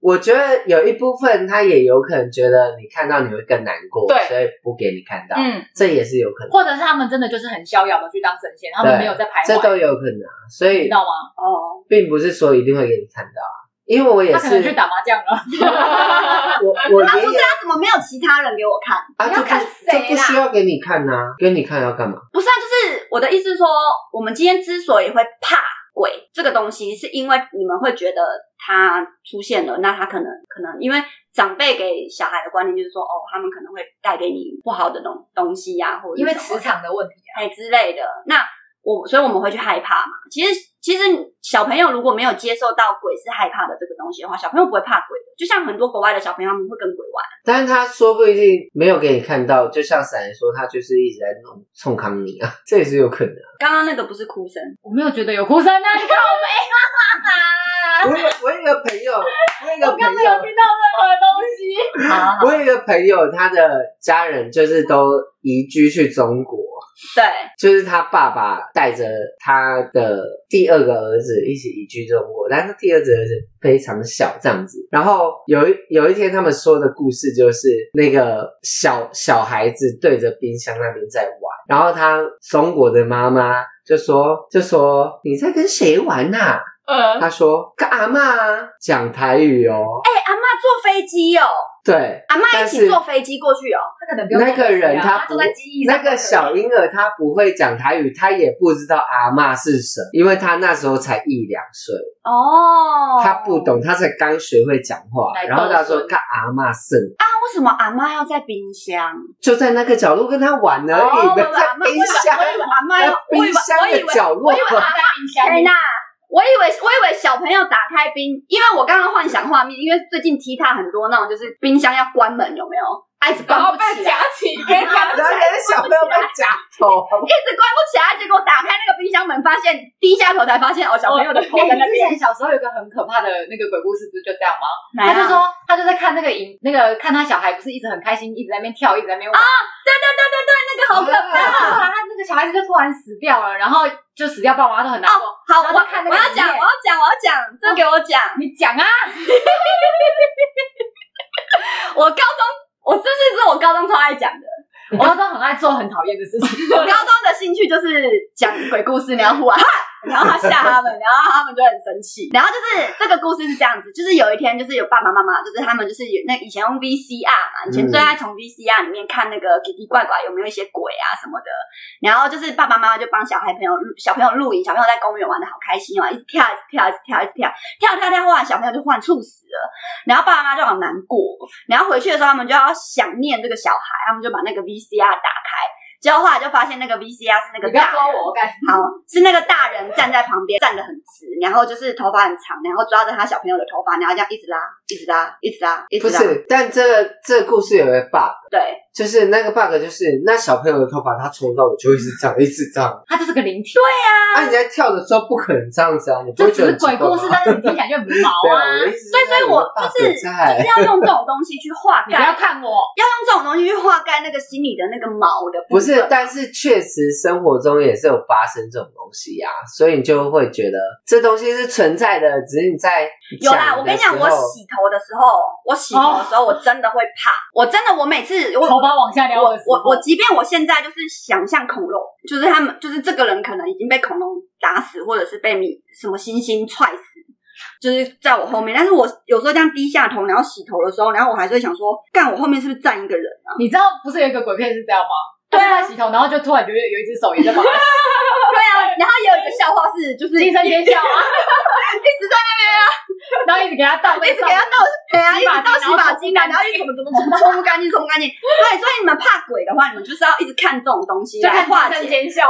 [SPEAKER 3] 我觉得有一部分他也有可能觉得你看到你会更难过，
[SPEAKER 5] 对
[SPEAKER 3] 所以不给你看到，
[SPEAKER 5] 嗯，
[SPEAKER 3] <laughs> 这也是有可能，
[SPEAKER 4] 或者是他们真的就是很逍遥的去当神仙，他们
[SPEAKER 3] 对
[SPEAKER 4] 没有在徘
[SPEAKER 3] 这
[SPEAKER 4] 徊，
[SPEAKER 3] 都有可能啊。所
[SPEAKER 4] 你
[SPEAKER 3] 以
[SPEAKER 4] 知道吗？
[SPEAKER 2] 哦，
[SPEAKER 3] 并不是说一定会给你看到啊，因为我也
[SPEAKER 4] 他可能去
[SPEAKER 3] 是，
[SPEAKER 4] 打麻将了。
[SPEAKER 3] 我我
[SPEAKER 2] 啊，
[SPEAKER 3] 爷
[SPEAKER 2] 不是
[SPEAKER 3] 爷
[SPEAKER 2] 啊，怎么没有其他人给我看？
[SPEAKER 3] 啊，就
[SPEAKER 2] 要看
[SPEAKER 3] 不就
[SPEAKER 2] 谁
[SPEAKER 3] 不需
[SPEAKER 2] 啦？
[SPEAKER 3] 要给你看呐、啊，给你看要干嘛？
[SPEAKER 2] 不是啊，就是我的意思是说，我们今天之所以会怕鬼这个东西，是因为你们会觉得它出现了，那它可能可能因为长辈给小孩的观念就是说，哦，他们可能会带给你不好的东东西呀、或者是什么
[SPEAKER 4] 场的问题啊，
[SPEAKER 2] 哎之类的。那我所以我们会去害怕嘛。其实其实小朋友如果没有接受到鬼是害怕的这个东西的话，小朋友不会怕鬼的。就像很多国外的小朋友，他们会跟鬼玩。
[SPEAKER 3] 但是他说不一定没有给你看到，就像闪人说，他就是一直在弄冲康你啊，这也是有可能啊。
[SPEAKER 2] 刚刚那个不是哭声，
[SPEAKER 4] 我没有啊觉得有哭声啊，你看
[SPEAKER 3] 我有我有一个朋友，我有一个
[SPEAKER 4] 我刚
[SPEAKER 3] 朋
[SPEAKER 4] 没有
[SPEAKER 3] 友。
[SPEAKER 4] 听到任何东西。好好好
[SPEAKER 3] 我有一个朋友，他的家人就是都移居去中国，
[SPEAKER 2] 对，
[SPEAKER 3] 就是他爸爸带着他的第二个儿子一起移居中国，但是第二个儿子非常小这样子。然后有一有一天，他们说的故事就是那个小小孩子对着冰箱那边在玩，然后他中国的妈妈就说就说你在跟谁玩呐、
[SPEAKER 5] 嗯，
[SPEAKER 3] 他说跟阿嬷啊，讲台语哦，
[SPEAKER 2] 哎、阿妈坐飞机哦，
[SPEAKER 3] 对。
[SPEAKER 2] 阿妈一
[SPEAKER 3] 但
[SPEAKER 2] 起
[SPEAKER 3] 是
[SPEAKER 2] 坐飞机过去哦。
[SPEAKER 4] 他可能不用
[SPEAKER 3] 那个人
[SPEAKER 4] 他
[SPEAKER 3] 他
[SPEAKER 4] 坐
[SPEAKER 3] 不
[SPEAKER 4] 在记忆上
[SPEAKER 3] 那个小婴儿他不会讲台语，他也不知道阿嬷是什么，因为他那时候才一两岁，
[SPEAKER 2] 哦，
[SPEAKER 3] 他不懂，他才刚学会讲话
[SPEAKER 4] 来。
[SPEAKER 3] 然后他说
[SPEAKER 4] 斗嘴
[SPEAKER 3] 看阿嬷是，
[SPEAKER 2] 啊，为什么阿妈要在冰箱？
[SPEAKER 3] 就在那个角落跟他玩而
[SPEAKER 2] 哦
[SPEAKER 3] 已，
[SPEAKER 2] 我以
[SPEAKER 3] 没
[SPEAKER 2] 为
[SPEAKER 3] 在
[SPEAKER 2] 阿嬷
[SPEAKER 3] 冰箱，
[SPEAKER 2] 我以为阿妈
[SPEAKER 3] 在
[SPEAKER 2] 要，我以
[SPEAKER 3] 冰
[SPEAKER 2] 为我
[SPEAKER 3] 箱
[SPEAKER 2] 以
[SPEAKER 3] 的
[SPEAKER 2] 为
[SPEAKER 3] 角落
[SPEAKER 4] 我以为。他在冰箱
[SPEAKER 2] 天
[SPEAKER 4] 里
[SPEAKER 2] 呐，我以为我以为小朋友打开冰，因为我刚刚幻想画面，因为最近踢踏很多那种就是冰箱要关门，有没有？啊一直
[SPEAKER 5] 然
[SPEAKER 2] 关
[SPEAKER 5] 后被
[SPEAKER 2] 不起来，
[SPEAKER 5] 夹起，被夹起
[SPEAKER 3] 然后
[SPEAKER 5] 来，
[SPEAKER 3] 跟小朋友被夹头，
[SPEAKER 2] 一直关不起来。结果打开那个冰箱门，发现低下头才发现哦，小朋友的头
[SPEAKER 4] 我
[SPEAKER 2] 在那
[SPEAKER 4] 们之
[SPEAKER 2] 边。
[SPEAKER 4] 前小时候有一个很可怕的那个鬼故事，不是就这样吗？
[SPEAKER 2] 来
[SPEAKER 3] 哎
[SPEAKER 4] 他
[SPEAKER 2] 啊
[SPEAKER 4] 就说，他就在看那个影，那个看他小孩不是一直很开心，一直在那边跳，一直在那边
[SPEAKER 2] 那
[SPEAKER 4] 玩。
[SPEAKER 2] 个好可
[SPEAKER 4] 然后
[SPEAKER 2] 怕。啊
[SPEAKER 4] 后来他那个小孩子就突然死掉了，然后就死掉，爸妈都很难
[SPEAKER 2] 哦
[SPEAKER 4] 过。
[SPEAKER 2] 好，我
[SPEAKER 4] 然后就看那
[SPEAKER 2] 我
[SPEAKER 4] 个
[SPEAKER 2] 要
[SPEAKER 4] 影
[SPEAKER 2] 讲，我
[SPEAKER 4] 片
[SPEAKER 2] 要讲，我要讲，这给我讲。
[SPEAKER 4] 你讲啊，
[SPEAKER 2] 我高中，我这是是我高中超爱讲的。
[SPEAKER 4] 我高中很爱做很讨厌的事情，
[SPEAKER 2] 我高中的兴趣就是讲鬼故事，你要呼 <laughs> 啊，哈然后他吓 <laughs> 他们，然后他们就很生气。然后就是这个故事是这样子，就是有一天就是有爸爸妈妈，就是他们就是有那以前用 VCR 嘛，以前最爱从 VCR 里面看那个奇奇怪怪有没有一些鬼啊什么的。然后就是爸爸妈妈就帮小孩朋友录小朋友录影，小朋友在公园玩的好开心哦，一直跳一直跳一直跳一直跳跳跳跳，后来小朋友就换猝死了，然后爸爸妈妈就好难过。然后回去的时候，他们就要想念这个小孩，他们就把那个 VCR 打开。结果后来就发现那个 VCR 是那个
[SPEAKER 4] <laughs> 你不要
[SPEAKER 2] 大
[SPEAKER 4] 抓我，我干。
[SPEAKER 2] 好是那个大人站在旁边站得很直，然后就是头发很长，然后抓着他小朋友的头发，然后这样一直拉，一直拉，一直拉，一直
[SPEAKER 3] 不
[SPEAKER 2] 拉。
[SPEAKER 3] 是，但这个这个故事有一个 bug，
[SPEAKER 2] 对
[SPEAKER 3] 就是那个 bug 就是那小朋友的头发，他从头到尾就会是这样，一直这样。
[SPEAKER 4] 他就是个灵体，
[SPEAKER 3] 啊，你在跳的时候不可能这样子啊，你不
[SPEAKER 4] 这
[SPEAKER 3] 会觉得
[SPEAKER 4] 只是
[SPEAKER 3] 很奇怪
[SPEAKER 4] 鬼故事，
[SPEAKER 3] 吗
[SPEAKER 4] 但是你听起来就很毛
[SPEAKER 3] 对啊，
[SPEAKER 4] 啊。
[SPEAKER 3] 我的意思对，
[SPEAKER 2] 啊所以我就是就是要用这种东西去化
[SPEAKER 4] <laughs> 你不要
[SPEAKER 2] 盖，
[SPEAKER 4] 看我，
[SPEAKER 2] 要用这种东西去化盖那个心里的那个毛的部
[SPEAKER 3] 不
[SPEAKER 2] 分。 <laughs>
[SPEAKER 3] 是，但是确实生活中也是有发生这种东西呀、啊，所以你就会觉得这东西是存在的，只是你在
[SPEAKER 2] 有啦，
[SPEAKER 3] 的
[SPEAKER 2] 我跟你讲，
[SPEAKER 3] 时
[SPEAKER 2] 我
[SPEAKER 3] 候
[SPEAKER 2] 洗头的时候，我洗头的时候，我真的会怕，我真的，我每次我
[SPEAKER 4] 头发往下撩
[SPEAKER 2] 我
[SPEAKER 4] 的时候
[SPEAKER 2] 我我，即便我现在就是想象恐龙，就是他们，就是这个人可能已经被恐龙打死，或者是被米什么猩猩踹死，就是在我后面。但是我有时候这样低下头，然后洗头的时候，然后我还是会想说，干我后面是不是站一个人啊？
[SPEAKER 4] <laughs> 你知道不是有一个鬼片是这样吗？
[SPEAKER 2] 对啊
[SPEAKER 4] 他在洗头，然后就突然觉得有一只手也在帮他洗，
[SPEAKER 2] 对啊，然后也有一个笑话是，就是
[SPEAKER 4] 惊声尖叫啊，
[SPEAKER 2] 一直在
[SPEAKER 4] <laughs> 然后一直给他倒，
[SPEAKER 2] 一直给他倒，哎呀，一直倒洗发精啊，然后一直怎么怎么怎么冲不干净，冲不干净。对，所以你们怕鬼的话，你们就是要一直看这种东西
[SPEAKER 4] 就
[SPEAKER 2] 来
[SPEAKER 4] 看
[SPEAKER 2] 化
[SPEAKER 4] 化
[SPEAKER 2] 解
[SPEAKER 4] 声。尖笑，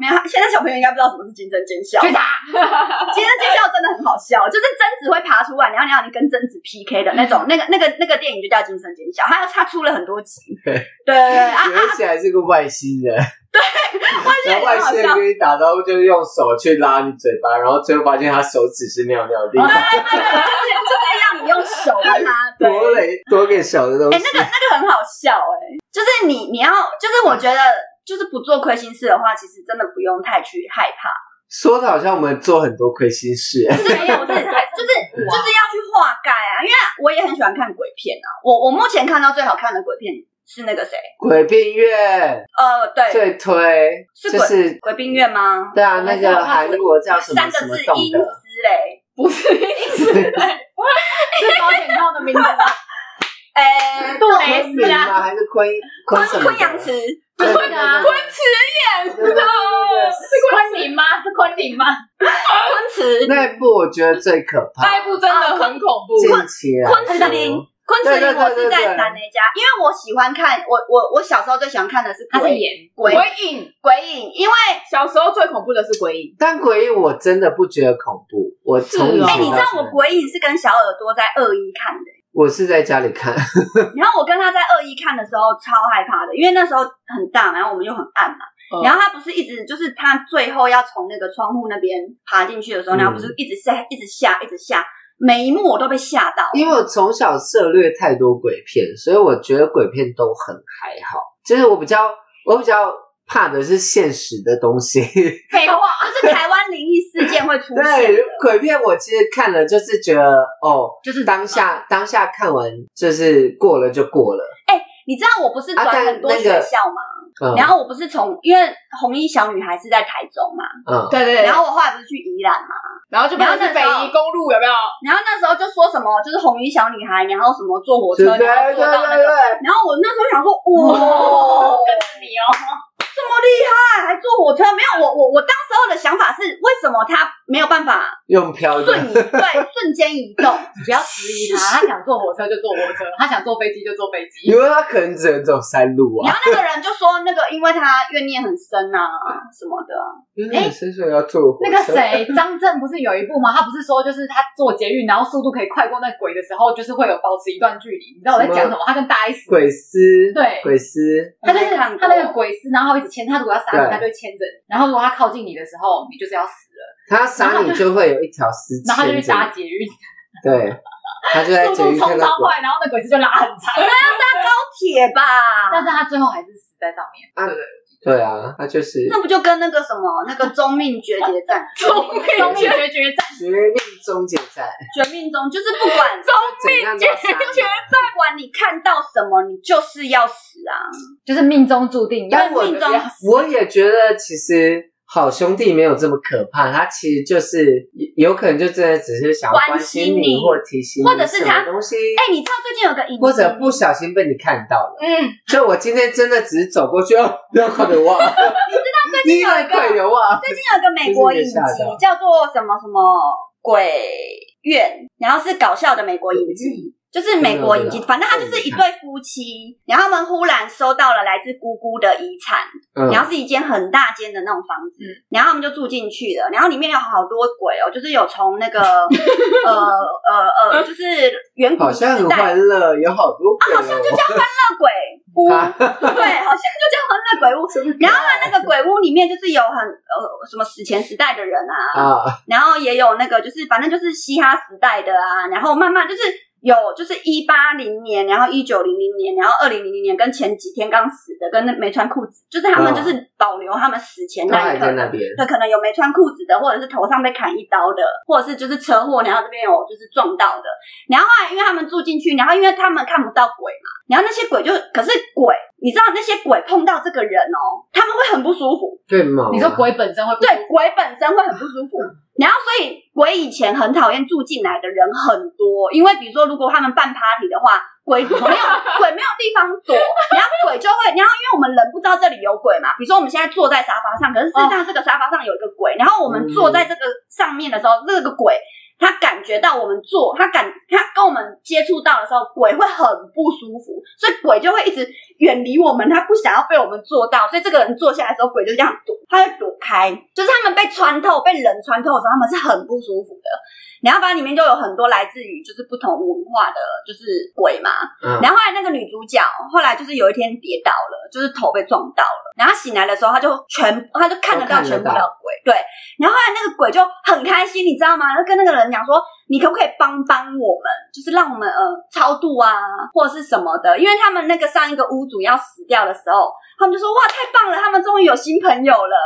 [SPEAKER 2] 没有，现在小朋友应该不知道什么是惊声尖笑。
[SPEAKER 4] 去打。
[SPEAKER 2] <laughs> 惊声尖叫真的很好笑，就是贞子会爬出来，然后你要你跟贞子 PK 的那种，那个那个那个电影就叫《惊声尖叫》，它它出了很多集。
[SPEAKER 3] 对
[SPEAKER 2] 对对对啊！
[SPEAKER 3] 有一起来是个外
[SPEAKER 2] <laughs>
[SPEAKER 3] 星人，对，然后
[SPEAKER 2] 外
[SPEAKER 3] 外
[SPEAKER 2] 星
[SPEAKER 3] 星
[SPEAKER 2] 人很好笑
[SPEAKER 3] 人跟你打招呼，就用手去拉你嘴巴，然后最后发现他手指是尿尿的地
[SPEAKER 2] 哦
[SPEAKER 3] 方，
[SPEAKER 2] 就是就是让你用手跟它，对，
[SPEAKER 3] 多累多个小的东
[SPEAKER 2] 哎、
[SPEAKER 3] 西。
[SPEAKER 2] 那个那个很好笑哎、就是你你要，就是我觉得，就是不做亏心事的话，其实真的不用太去害怕。
[SPEAKER 3] 说的好像我们做很多亏心事，哎
[SPEAKER 2] 是没有，是就是
[SPEAKER 4] 哇
[SPEAKER 2] 就是要去化盖啊，因为我也很喜欢看鬼片啊。我我目前看到最好看的鬼片是那个谁，
[SPEAKER 3] 鬼病院
[SPEAKER 2] 呃，对，
[SPEAKER 3] 最推
[SPEAKER 2] 是
[SPEAKER 3] 就
[SPEAKER 2] 鬼
[SPEAKER 3] 是
[SPEAKER 2] 鬼病院吗？
[SPEAKER 3] 对啊，那
[SPEAKER 4] 我
[SPEAKER 3] 个
[SPEAKER 4] 还
[SPEAKER 3] 韩国叫什么
[SPEAKER 2] 三个
[SPEAKER 3] 什么
[SPEAKER 2] 字
[SPEAKER 3] 洞
[SPEAKER 2] 阴
[SPEAKER 3] 的，
[SPEAKER 2] 司嘞，
[SPEAKER 5] <laughs>
[SPEAKER 2] 不是，
[SPEAKER 4] 是保险套的名字吗，
[SPEAKER 2] 哎，
[SPEAKER 4] 杜蕾
[SPEAKER 3] 昆
[SPEAKER 4] 斯
[SPEAKER 3] 明
[SPEAKER 4] 啊，
[SPEAKER 3] 吗？还是昆昆什么的？
[SPEAKER 2] 昆阳池，
[SPEAKER 3] 对
[SPEAKER 4] <laughs> 昆啊
[SPEAKER 3] 昆池演的。
[SPEAKER 4] 昆明吗？是昆明吗？
[SPEAKER 2] 昆池，
[SPEAKER 3] <laughs> 那一部我觉得最可怕，
[SPEAKER 5] 那一部真的很恐怖。
[SPEAKER 3] 近期啊来
[SPEAKER 2] 昆
[SPEAKER 3] 说
[SPEAKER 2] 池林，昆池
[SPEAKER 3] 对对
[SPEAKER 2] 林，
[SPEAKER 3] 对
[SPEAKER 2] 我是
[SPEAKER 3] 对
[SPEAKER 2] 在
[SPEAKER 3] 对
[SPEAKER 2] 三 A 家，因为我喜欢看，我我我小时候最喜欢看的是
[SPEAKER 4] 它是
[SPEAKER 2] 鬼
[SPEAKER 4] 盐，
[SPEAKER 2] 鬼
[SPEAKER 5] 鬼影，
[SPEAKER 2] 鬼影，因为
[SPEAKER 5] 小时候最恐怖的是鬼影，
[SPEAKER 3] 但鬼影我真的不觉得恐怖，我从以前
[SPEAKER 5] 是哦
[SPEAKER 2] 哎，你知道
[SPEAKER 3] 到现
[SPEAKER 2] 我
[SPEAKER 3] 在
[SPEAKER 2] 鬼影是跟小耳朵在二一看的。 <laughs>
[SPEAKER 3] 我是在家里看， <laughs>
[SPEAKER 2] 然后我跟他在二一看的时候超害怕的，因为那时候很大嘛，然后我们又很暗嘛。
[SPEAKER 5] 嗯
[SPEAKER 2] 然后他不是一直就是他最后要从那个窗户那边爬进去的时候，
[SPEAKER 3] 嗯
[SPEAKER 2] 然后不是一直下一直下一直下，每一幕我都被吓到。
[SPEAKER 3] 因为我从小涉略太多鬼片，所以我觉得鬼片都很还好。就是我比较，我比较怕的是现实的东西。 <laughs>
[SPEAKER 2] 废话，就是台湾灵异事件会出现
[SPEAKER 3] 对，鬼片我其实看了就是觉得，哦，
[SPEAKER 4] 就是
[SPEAKER 3] 当下当下看完就是过了就过了。
[SPEAKER 2] 你知道我不是转
[SPEAKER 3] 啊但
[SPEAKER 2] 很多
[SPEAKER 3] 那
[SPEAKER 2] 学
[SPEAKER 3] 个
[SPEAKER 2] 校嘛，
[SPEAKER 3] 嗯
[SPEAKER 2] 然后我不是从因为红衣小女孩是在台中嘛，
[SPEAKER 3] 嗯，
[SPEAKER 5] 对对
[SPEAKER 2] 然后我后来不是去宜兰嘛，
[SPEAKER 5] 然后就变成是北
[SPEAKER 2] 然后那时候
[SPEAKER 5] 宜公路，有没有？
[SPEAKER 2] 然后那时候就说什么就是红衣小女孩，然后什么坐火
[SPEAKER 3] 对
[SPEAKER 2] 车，
[SPEAKER 3] 对对
[SPEAKER 2] 然后坐到那
[SPEAKER 3] 对
[SPEAKER 2] 个，，然后我那时候想说，哇
[SPEAKER 4] 哦，。
[SPEAKER 3] <laughs>
[SPEAKER 4] 跟着你哦，
[SPEAKER 2] 这么厉害，还坐火车？没有，我我我当时候的想法是，为什么他没有办法
[SPEAKER 3] 用飘的
[SPEAKER 2] 瞬移对瞬
[SPEAKER 4] 瞬间移
[SPEAKER 3] <laughs>
[SPEAKER 4] 动，你不要质疑他，他想坐火车就坐火车，他想坐飞机就坐飞机
[SPEAKER 3] 因。为他可能只能走山路
[SPEAKER 2] 然后
[SPEAKER 3] 啊，
[SPEAKER 2] 那个人就说，那个因为他怨念很深啊，什么的啊，
[SPEAKER 3] 因为你身上要坐火
[SPEAKER 4] 哎那个谁，张震不是有一部吗？他不是说就是他坐捷运，然后速度可以快过那鬼的时候，就是会有保持一段距离。你知道我在讲什么？他跟大 S
[SPEAKER 3] 鬼丝，
[SPEAKER 4] 对
[SPEAKER 3] 鬼丝，
[SPEAKER 4] 他就是
[SPEAKER 2] 我没看过
[SPEAKER 4] 他那个鬼丝，然后一直牵他，如果要杀
[SPEAKER 3] 对
[SPEAKER 4] 你，他就会牵着你；然后如果他靠近你的时候，你就是要死了，
[SPEAKER 3] 他杀你就会有一条丝
[SPEAKER 4] 然后他就
[SPEAKER 3] 牵
[SPEAKER 4] 去
[SPEAKER 3] 着
[SPEAKER 4] 搭
[SPEAKER 3] 你，
[SPEAKER 4] 捷运，
[SPEAKER 3] 对，他就在
[SPEAKER 4] 速
[SPEAKER 3] 捷
[SPEAKER 4] 度
[SPEAKER 3] 运
[SPEAKER 4] 冲
[SPEAKER 3] 看到
[SPEAKER 4] 超
[SPEAKER 3] 鬼
[SPEAKER 4] 快，然后那鬼丝就拉很长，
[SPEAKER 2] 铁吧？
[SPEAKER 4] 但是他最后还是死在上面。
[SPEAKER 3] 啊，对啊，他就是
[SPEAKER 2] 那不就跟那个什么那个中命绝绝
[SPEAKER 3] <laughs>
[SPEAKER 2] 战，
[SPEAKER 5] 聪明
[SPEAKER 4] 终于决绝战，
[SPEAKER 3] 啊绝命终结战，
[SPEAKER 2] 绝命中就是不管
[SPEAKER 3] 怎样都要杀你。
[SPEAKER 2] 不管你看到什么，你就是要死啊！
[SPEAKER 4] 就是命中注定，要
[SPEAKER 2] 但
[SPEAKER 4] 死
[SPEAKER 2] 命
[SPEAKER 4] 就
[SPEAKER 2] 中
[SPEAKER 4] 要死
[SPEAKER 3] 我也觉得其实好兄弟没有这么可怕，他其实就是有有可能就真的只是想要
[SPEAKER 2] 关
[SPEAKER 3] 关
[SPEAKER 2] 心
[SPEAKER 3] 心
[SPEAKER 2] 你
[SPEAKER 3] 或提醒你
[SPEAKER 2] 或者是
[SPEAKER 3] 什
[SPEAKER 2] 他
[SPEAKER 3] 么东西，
[SPEAKER 2] 哎、你知道最近有个影集，
[SPEAKER 3] 或者不小心被你看到了。
[SPEAKER 5] 嗯，
[SPEAKER 3] 就我今天真的只是走过去，哦，那快点忘，
[SPEAKER 2] 有
[SPEAKER 3] 你啊知道
[SPEAKER 2] 一个
[SPEAKER 3] 快点忘，
[SPEAKER 2] 最近有个美国影集
[SPEAKER 3] 就是你吓到
[SPEAKER 2] 叫做什么什么鬼院，然后是搞笑的美国影集。就是美国影集，
[SPEAKER 3] 嗯
[SPEAKER 2] 反正他就是一对夫妻，然后他们忽然收到了来自姑姑的遗产，
[SPEAKER 3] 嗯
[SPEAKER 2] 然后是一间很大间的那种房子，然后他们就住进去了，然后里面有好多鬼哦，就是有从那
[SPEAKER 3] <laughs>
[SPEAKER 2] 个呃呃呃，就是远古
[SPEAKER 3] 好
[SPEAKER 2] 时
[SPEAKER 3] 像很
[SPEAKER 2] 代
[SPEAKER 3] 欢乐，有好多鬼、哦，好像就叫
[SPEAKER 2] 的鬼屋，
[SPEAKER 3] <laughs> 啊
[SPEAKER 2] 对，好像就叫欢乐
[SPEAKER 3] <laughs>
[SPEAKER 2] 鬼屋。然后它那个鬼屋里面就是有很呃什么史前时代的人啊，
[SPEAKER 3] 啊，
[SPEAKER 2] 然后也有那个就是反正就是嘻哈时代的啊，然后慢慢就是有就是一八零年，然后一九零零年，然后二零零零年跟前几天刚死的跟那没穿裤子，就是他们
[SPEAKER 3] 嗯
[SPEAKER 2] 就是保留他们死前
[SPEAKER 3] 他
[SPEAKER 2] 那一
[SPEAKER 3] 还
[SPEAKER 2] 刻
[SPEAKER 3] 在。那边，
[SPEAKER 2] 对，可能有没穿裤子的，或者是头上被砍一刀的，或者是就是车祸，然后这边有就是撞到的。然后后来因为他们住进去，然后因为他们看不到鬼嘛，然后那些鬼就可是鬼，你知道那些鬼碰到这个人哦，他们会很不舒服，
[SPEAKER 3] 对啊吗？
[SPEAKER 4] 你说鬼本身会不
[SPEAKER 2] 对，鬼本身会很不舒服。然后所以鬼以前很讨厌住进来的人很多，因为比如说如果他们办 party 的话。鬼没有鬼没有地方躲， <laughs> 然后鬼就会，然后因为我们人不知道这里有鬼嘛，比如说我们现在坐在沙发上，可是事实上这个沙发上有一个鬼，然后我们坐在这个上面的时候，这个鬼他感觉到我们坐，他感他跟我们接触到的时候，鬼会很不舒服，所以鬼就会一直远离我们，他不想要被我们坐到，所以这个人坐下来的时候，鬼就这样躲，他会躲开，就是他们被穿透、被人穿透的时候，他们是很不舒服的。然后反正里面就有很多来自于就是不同文化的就是鬼嘛，
[SPEAKER 3] 嗯，
[SPEAKER 2] 然后后来那个女主角后来就是有一天跌倒了，就是头被撞到了，然后她醒来的时候，她就全她就看得到
[SPEAKER 3] 都看得
[SPEAKER 2] 全部
[SPEAKER 3] 到
[SPEAKER 2] 的鬼，对。然后后来那个鬼就很开心，你知道吗？就跟那个人讲说，你可不可以帮帮我们，就是让我们呃超度啊，或者是什么的？因为他们那个上一个屋主要死掉的时候，他们就说哇太棒了，他们终于有新朋友了。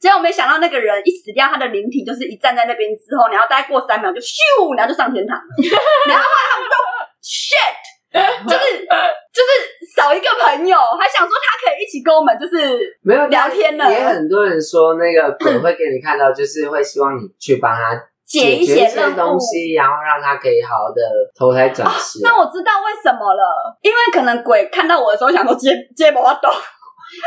[SPEAKER 2] 结果没想到那个人一死掉，他的灵体就是一站在那边之后，然后大概过三秒就咻，然后就上天堂。然后后来他们就 shit。就是就是少一个朋友，还想说他可以一起跟我们，就是
[SPEAKER 3] 没有
[SPEAKER 2] 聊天了
[SPEAKER 3] 也很多人说那个鬼会给你看到，就是会希望你去帮他
[SPEAKER 2] 解
[SPEAKER 3] 解决
[SPEAKER 2] 些
[SPEAKER 3] 一些
[SPEAKER 2] 任务
[SPEAKER 3] 东。西，然后让他可以好好的投胎转世。
[SPEAKER 2] 那我知道为什么了，因为可能鬼看到我的时候想说接接不到，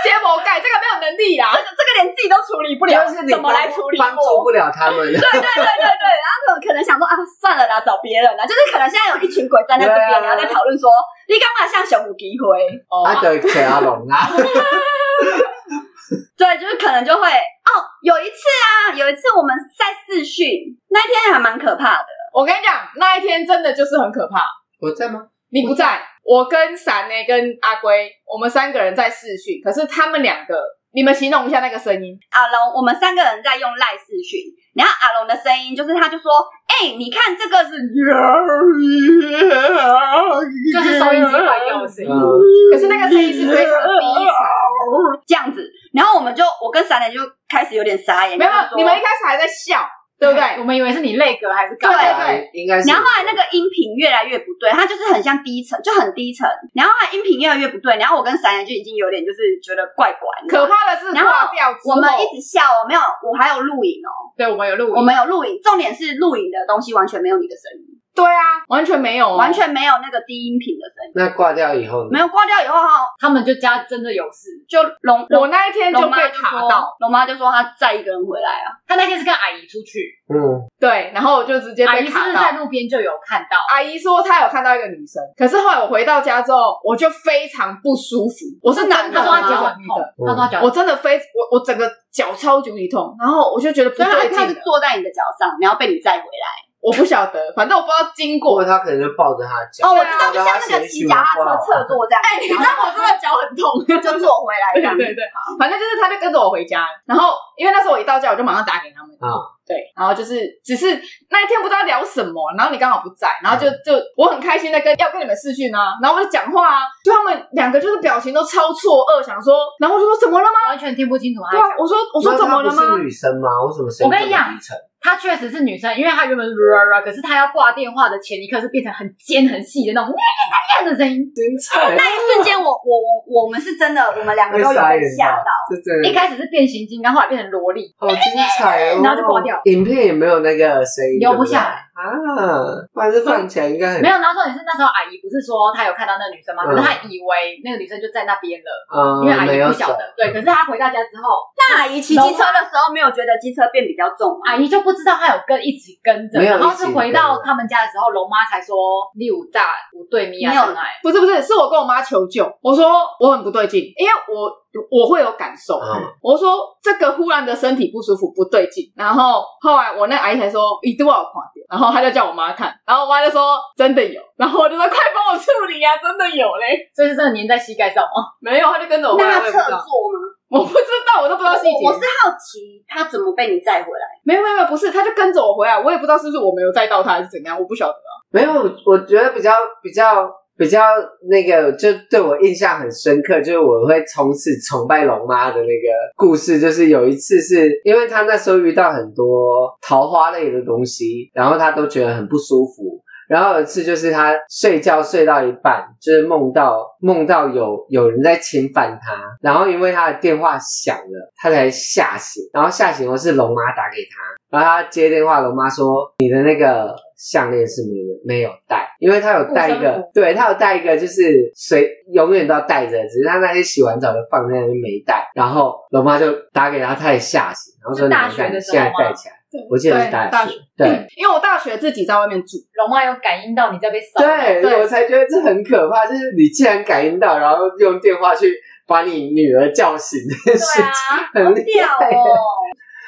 [SPEAKER 5] 接驳盖这个没有能力啦
[SPEAKER 2] 啊这，个这个连自己都处理不了，
[SPEAKER 3] 就是你
[SPEAKER 2] 怎么
[SPEAKER 3] 帮
[SPEAKER 2] 来处理
[SPEAKER 3] 帮助
[SPEAKER 2] 我？
[SPEAKER 3] 不了他们，
[SPEAKER 2] <laughs> 对
[SPEAKER 3] 对
[SPEAKER 2] 对对对对，然后可能想说啊，算了啦，找别人啦。就是可能现在有一群鬼站在这边，
[SPEAKER 3] 对
[SPEAKER 2] 然
[SPEAKER 3] 啊
[SPEAKER 2] 后在讨论说，你干嘛像小母鸡灰？
[SPEAKER 4] 哦
[SPEAKER 3] 啊，对，扯阿龙啊，
[SPEAKER 2] 对，就是可能就会哦，有一次啊，有一次我们在试训那一天还蛮可怕的，
[SPEAKER 5] 我跟你讲，那一天真的就是很可怕。
[SPEAKER 3] 我在吗？
[SPEAKER 5] 你不在，我跟闪呢跟阿龟，我们三个人在试训，可是他们两个，你们形容一下那个声音，
[SPEAKER 2] 阿龙，我们三个人在用赖视讯，然后阿龙的声音就是，他就说：“哎、你看这
[SPEAKER 5] <laughs>
[SPEAKER 2] 个是，
[SPEAKER 4] 就是收音机坏掉的声音。
[SPEAKER 3] 嗯，
[SPEAKER 5] 可是那个声音是非常低，
[SPEAKER 2] 这样子。”然后我们就，我跟闪脸就开始有点傻眼，
[SPEAKER 5] 没有
[SPEAKER 2] 然后，就说
[SPEAKER 5] 你们一开始还在笑，对不对？
[SPEAKER 4] 我们以为是你累格还是干嘛？
[SPEAKER 2] 对
[SPEAKER 3] 对，应该是。
[SPEAKER 2] 然后后来那个音频越来越不对，它就是很像低沉，就很低沉。然后后来音频越来越不对，然后我跟闪脸就已经有点就是觉得怪怪，你知道
[SPEAKER 5] 可
[SPEAKER 2] 吗。
[SPEAKER 5] 怕的是
[SPEAKER 2] 然后
[SPEAKER 5] 挂掉之后，
[SPEAKER 2] 我们一直笑哦，没有，我还有录影哦，
[SPEAKER 5] 对我们有录影，
[SPEAKER 2] 我们有录影，重点是录影的东西完全没有你的声音，
[SPEAKER 5] 对啊，完全没有、哦，
[SPEAKER 2] 完全没有那个低音频的声音，
[SPEAKER 3] 那挂掉以后呢
[SPEAKER 2] 没？有挂掉以后哈，
[SPEAKER 4] 他们就家真的有事。
[SPEAKER 2] 就龙
[SPEAKER 5] 我那一天就
[SPEAKER 2] 龙妈
[SPEAKER 5] 被
[SPEAKER 2] 就
[SPEAKER 5] 卡
[SPEAKER 2] 说
[SPEAKER 5] 到，，
[SPEAKER 2] 龙妈就说她再一个人回来啊，
[SPEAKER 4] 他那天是跟阿姨出出去，
[SPEAKER 3] 嗯，
[SPEAKER 5] 对，然后我就直接
[SPEAKER 4] 阿
[SPEAKER 5] 被
[SPEAKER 4] 姨是不
[SPEAKER 5] 卡
[SPEAKER 4] 是
[SPEAKER 5] 到。
[SPEAKER 4] 在路边就有看到？
[SPEAKER 5] 阿姨说她有看到一个女生，可是后来我回到家之后，我就非常不舒服。我是男的，
[SPEAKER 4] 她说她
[SPEAKER 5] 我是
[SPEAKER 4] 脚很
[SPEAKER 5] 女
[SPEAKER 4] 痛
[SPEAKER 5] 的，，
[SPEAKER 3] 嗯
[SPEAKER 4] 她说她脚
[SPEAKER 5] 我真的非我我整个脚超级无敌痛，然后我就觉得不
[SPEAKER 2] 所以他
[SPEAKER 5] 对
[SPEAKER 2] 他
[SPEAKER 5] 劲
[SPEAKER 2] 是
[SPEAKER 5] 了，
[SPEAKER 2] 坐在你的脚上，然后被你载回来。
[SPEAKER 5] 我不晓得，反正我不知道经过。
[SPEAKER 3] 或者他可能就抱着他的脚，
[SPEAKER 2] 哦，我知道，
[SPEAKER 3] 抱
[SPEAKER 2] 就
[SPEAKER 3] 着
[SPEAKER 2] 像
[SPEAKER 3] 他
[SPEAKER 2] 那个
[SPEAKER 3] 的
[SPEAKER 2] 骑脚踏车侧坐这样。哎，你知道我真的脚很痛， <laughs> 就坐回来
[SPEAKER 5] 对
[SPEAKER 2] 这样。
[SPEAKER 5] 对对，反正就是他就跟着我回家，然后因为那时候我一到家，我就马上打给他们。
[SPEAKER 3] 啊
[SPEAKER 5] 对，然后就是只是那一天不知道聊什么，然后你刚好不在，然后
[SPEAKER 3] 嗯
[SPEAKER 5] 就就我很开心的跟要跟你们视讯啊，然后我就讲话啊，就他们两个就是表情都超错愕，想说，然后我就说怎么了吗？
[SPEAKER 4] 完全听不清楚
[SPEAKER 5] 对
[SPEAKER 4] 她在
[SPEAKER 5] 啊
[SPEAKER 4] 讲。，
[SPEAKER 5] 我说我说怎么了
[SPEAKER 3] 那她不
[SPEAKER 5] 吗
[SPEAKER 3] 是？女生吗？为什么声音
[SPEAKER 4] 我跟你
[SPEAKER 3] 这么
[SPEAKER 4] 讲
[SPEAKER 3] 低 <laughs> 沉？
[SPEAKER 4] 她确实是女生，因为她原本是可是她要挂电话的前一刻是变成很尖很细的那种的声音。
[SPEAKER 2] 那一瞬间，我我我我们是真的，我们两个
[SPEAKER 3] 会
[SPEAKER 2] 都有
[SPEAKER 3] 傻
[SPEAKER 2] 被
[SPEAKER 3] 眼
[SPEAKER 2] 吓
[SPEAKER 3] 吧
[SPEAKER 2] 到。？
[SPEAKER 3] 这真
[SPEAKER 4] 一
[SPEAKER 3] 的
[SPEAKER 4] 开始是变形金刚，后来变成萝莉。
[SPEAKER 3] 好精彩哦！
[SPEAKER 4] <laughs> 然后就挂掉
[SPEAKER 3] 影片也没有那个声音，
[SPEAKER 4] 留不
[SPEAKER 3] 对对
[SPEAKER 4] 下来
[SPEAKER 3] 啊，不然是放起来应该很
[SPEAKER 4] 没有，然后重点是那时候阿姨不是说她有看到那个女生吗？
[SPEAKER 3] 嗯
[SPEAKER 4] 可是她以为那个女生就在那边了，
[SPEAKER 3] 嗯
[SPEAKER 4] 因为阿
[SPEAKER 3] 没
[SPEAKER 4] 姨
[SPEAKER 3] 有
[SPEAKER 4] 不
[SPEAKER 3] 走
[SPEAKER 4] 晓得。对，可是她回到家之后，
[SPEAKER 2] 那阿姨骑机车的时候，没有觉得机车变比较重啊吗？
[SPEAKER 4] 阿姨就不知道她有跟一起跟着，
[SPEAKER 3] 没有
[SPEAKER 4] 然
[SPEAKER 3] 一
[SPEAKER 4] 后
[SPEAKER 3] 起
[SPEAKER 4] 是回到他们家的时候，龙妈才说六炸五对米啊
[SPEAKER 2] 没有
[SPEAKER 4] 真爱。
[SPEAKER 5] 不是不是，是我跟我妈求救，我说我很不对劲，因为我我会有感受，
[SPEAKER 3] 嗯
[SPEAKER 5] 我说这个忽然的身体不舒服不对劲，然后后来我那阿姨才说一度我有看到，然后她就叫我妈看，然后我妈就说真的有，然后我就说快帮我处理呀、真的有嘞，
[SPEAKER 4] 所以是真的粘在膝盖上吗？
[SPEAKER 5] 没有，她就跟着我妈，
[SPEAKER 2] 那
[SPEAKER 5] 我
[SPEAKER 2] 她
[SPEAKER 5] 也不
[SPEAKER 2] 侧
[SPEAKER 5] 知道，
[SPEAKER 2] 坐吗？
[SPEAKER 5] 我不知道，我都不知道细节，
[SPEAKER 2] 我我是好奇她怎么被你载回 <laughs> 来。
[SPEAKER 5] 没有没有没有不是，她就跟着我回来，我也不知道是不是我没有载到她还是怎样，我不晓得。
[SPEAKER 3] 没有，我觉得比较比较比较那个，就对我印象很深刻，就是我会从此崇拜龙妈的那个故事。就是有一次是因为她那时候遇到很多桃花类的东西，然后她都觉得很不舒服。然后有一次就是她睡觉睡到一半，就是梦到梦到有有人在侵犯她，然后因为她的电话响了，她才吓醒，然后吓醒后是龙妈打给她。然后他接电话，龙妈说：“你的那个项链是没有没有戴，因为他有戴一
[SPEAKER 4] 护身
[SPEAKER 3] 个
[SPEAKER 4] 符，
[SPEAKER 3] 对他有戴一个，就是随永远都要戴着，只是他那天洗完澡就放在那边没戴。然后龙妈就打给他，他也吓醒，然后说：‘
[SPEAKER 4] 是
[SPEAKER 3] 你
[SPEAKER 4] 大
[SPEAKER 3] 没
[SPEAKER 4] 学
[SPEAKER 3] 戴，
[SPEAKER 4] 的
[SPEAKER 3] 你
[SPEAKER 4] 时
[SPEAKER 3] 现在
[SPEAKER 4] 候吗
[SPEAKER 3] 戴起来。’我记得是
[SPEAKER 5] 对
[SPEAKER 3] 大
[SPEAKER 5] 嗯大
[SPEAKER 3] 学
[SPEAKER 5] 学，
[SPEAKER 3] 对。
[SPEAKER 5] 因为我大学自己在外面住，
[SPEAKER 4] 龙妈有感应到你在被骚扰，
[SPEAKER 3] 对，
[SPEAKER 5] 对
[SPEAKER 3] 我才觉得这很可怕，就是你既然感应到，然后用电话去把你女儿叫醒这件事
[SPEAKER 4] 对
[SPEAKER 3] 情，
[SPEAKER 4] 啊，
[SPEAKER 3] <laughs> 很厉
[SPEAKER 2] 掉
[SPEAKER 3] 害。
[SPEAKER 2] 哦，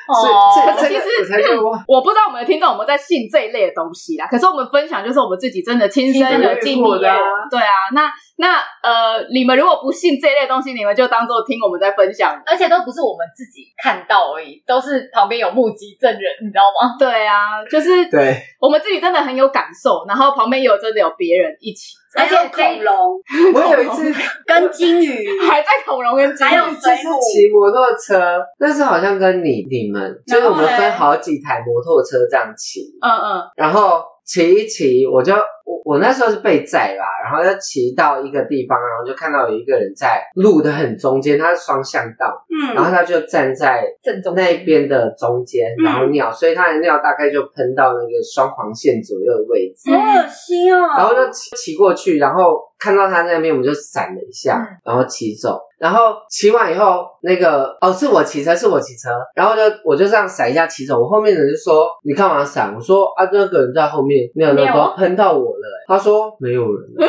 [SPEAKER 3] 所以
[SPEAKER 4] 哦，
[SPEAKER 5] 可
[SPEAKER 3] 这
[SPEAKER 5] 是其
[SPEAKER 3] 这个
[SPEAKER 5] 实
[SPEAKER 3] 我才觉得
[SPEAKER 5] <laughs>
[SPEAKER 3] <laughs> 哇，
[SPEAKER 5] 我不知道我们的听众有没有在信这一类的东西啦，可是我们分享就是我们自己真的亲身有经
[SPEAKER 3] 亲身遇过
[SPEAKER 5] 历
[SPEAKER 3] 的啊
[SPEAKER 5] 对啊，那那呃，你们如果不信这一类东西，你们就当做听我们在分享。
[SPEAKER 4] 而且都不是我们自己看到而已，都是旁边有目击证人，你知道吗？
[SPEAKER 5] 对啊，就是
[SPEAKER 3] 对，
[SPEAKER 5] 我们自己真的很有感受，然后旁边也有真的有别人一起，
[SPEAKER 2] 还
[SPEAKER 4] 而且
[SPEAKER 2] 有
[SPEAKER 4] 这一
[SPEAKER 2] 恐龙
[SPEAKER 3] 我有一次
[SPEAKER 2] 跟金鱼，
[SPEAKER 5] 还在恐龙跟
[SPEAKER 2] 还有
[SPEAKER 3] 这
[SPEAKER 2] 水
[SPEAKER 3] 是
[SPEAKER 2] 母。
[SPEAKER 3] 骑摩托车，那是好像跟你你们，就是我们分好几台摩托车这样骑，
[SPEAKER 5] 嗯嗯
[SPEAKER 3] 然后骑一骑，我就我我那时候是被载吧，然后就骑到一个地方，然后就看到有一个人在路的很中间，他是双向道，然后
[SPEAKER 2] 嗯，
[SPEAKER 3] 他就站在
[SPEAKER 4] 正中
[SPEAKER 3] 那边的中间，
[SPEAKER 2] 嗯
[SPEAKER 3] 然后尿，所以他的尿大概就喷到那个双黄线左右的位置。
[SPEAKER 2] 好恶心哦。
[SPEAKER 3] 然后就骑骑过去，然后看到他在那边，我们就闪了一下，
[SPEAKER 4] 嗯
[SPEAKER 3] 然后骑走。然后骑完以后，那个哦，是我骑车，是我骑车，然后就我就这样闪一下骑走。我后面的人就说：“你干嘛闪？”我说：“啊，那个人在后面，那个人
[SPEAKER 4] 没有
[SPEAKER 3] 都喷到我了。”他说：“没有人
[SPEAKER 4] <laughs>
[SPEAKER 3] 了。”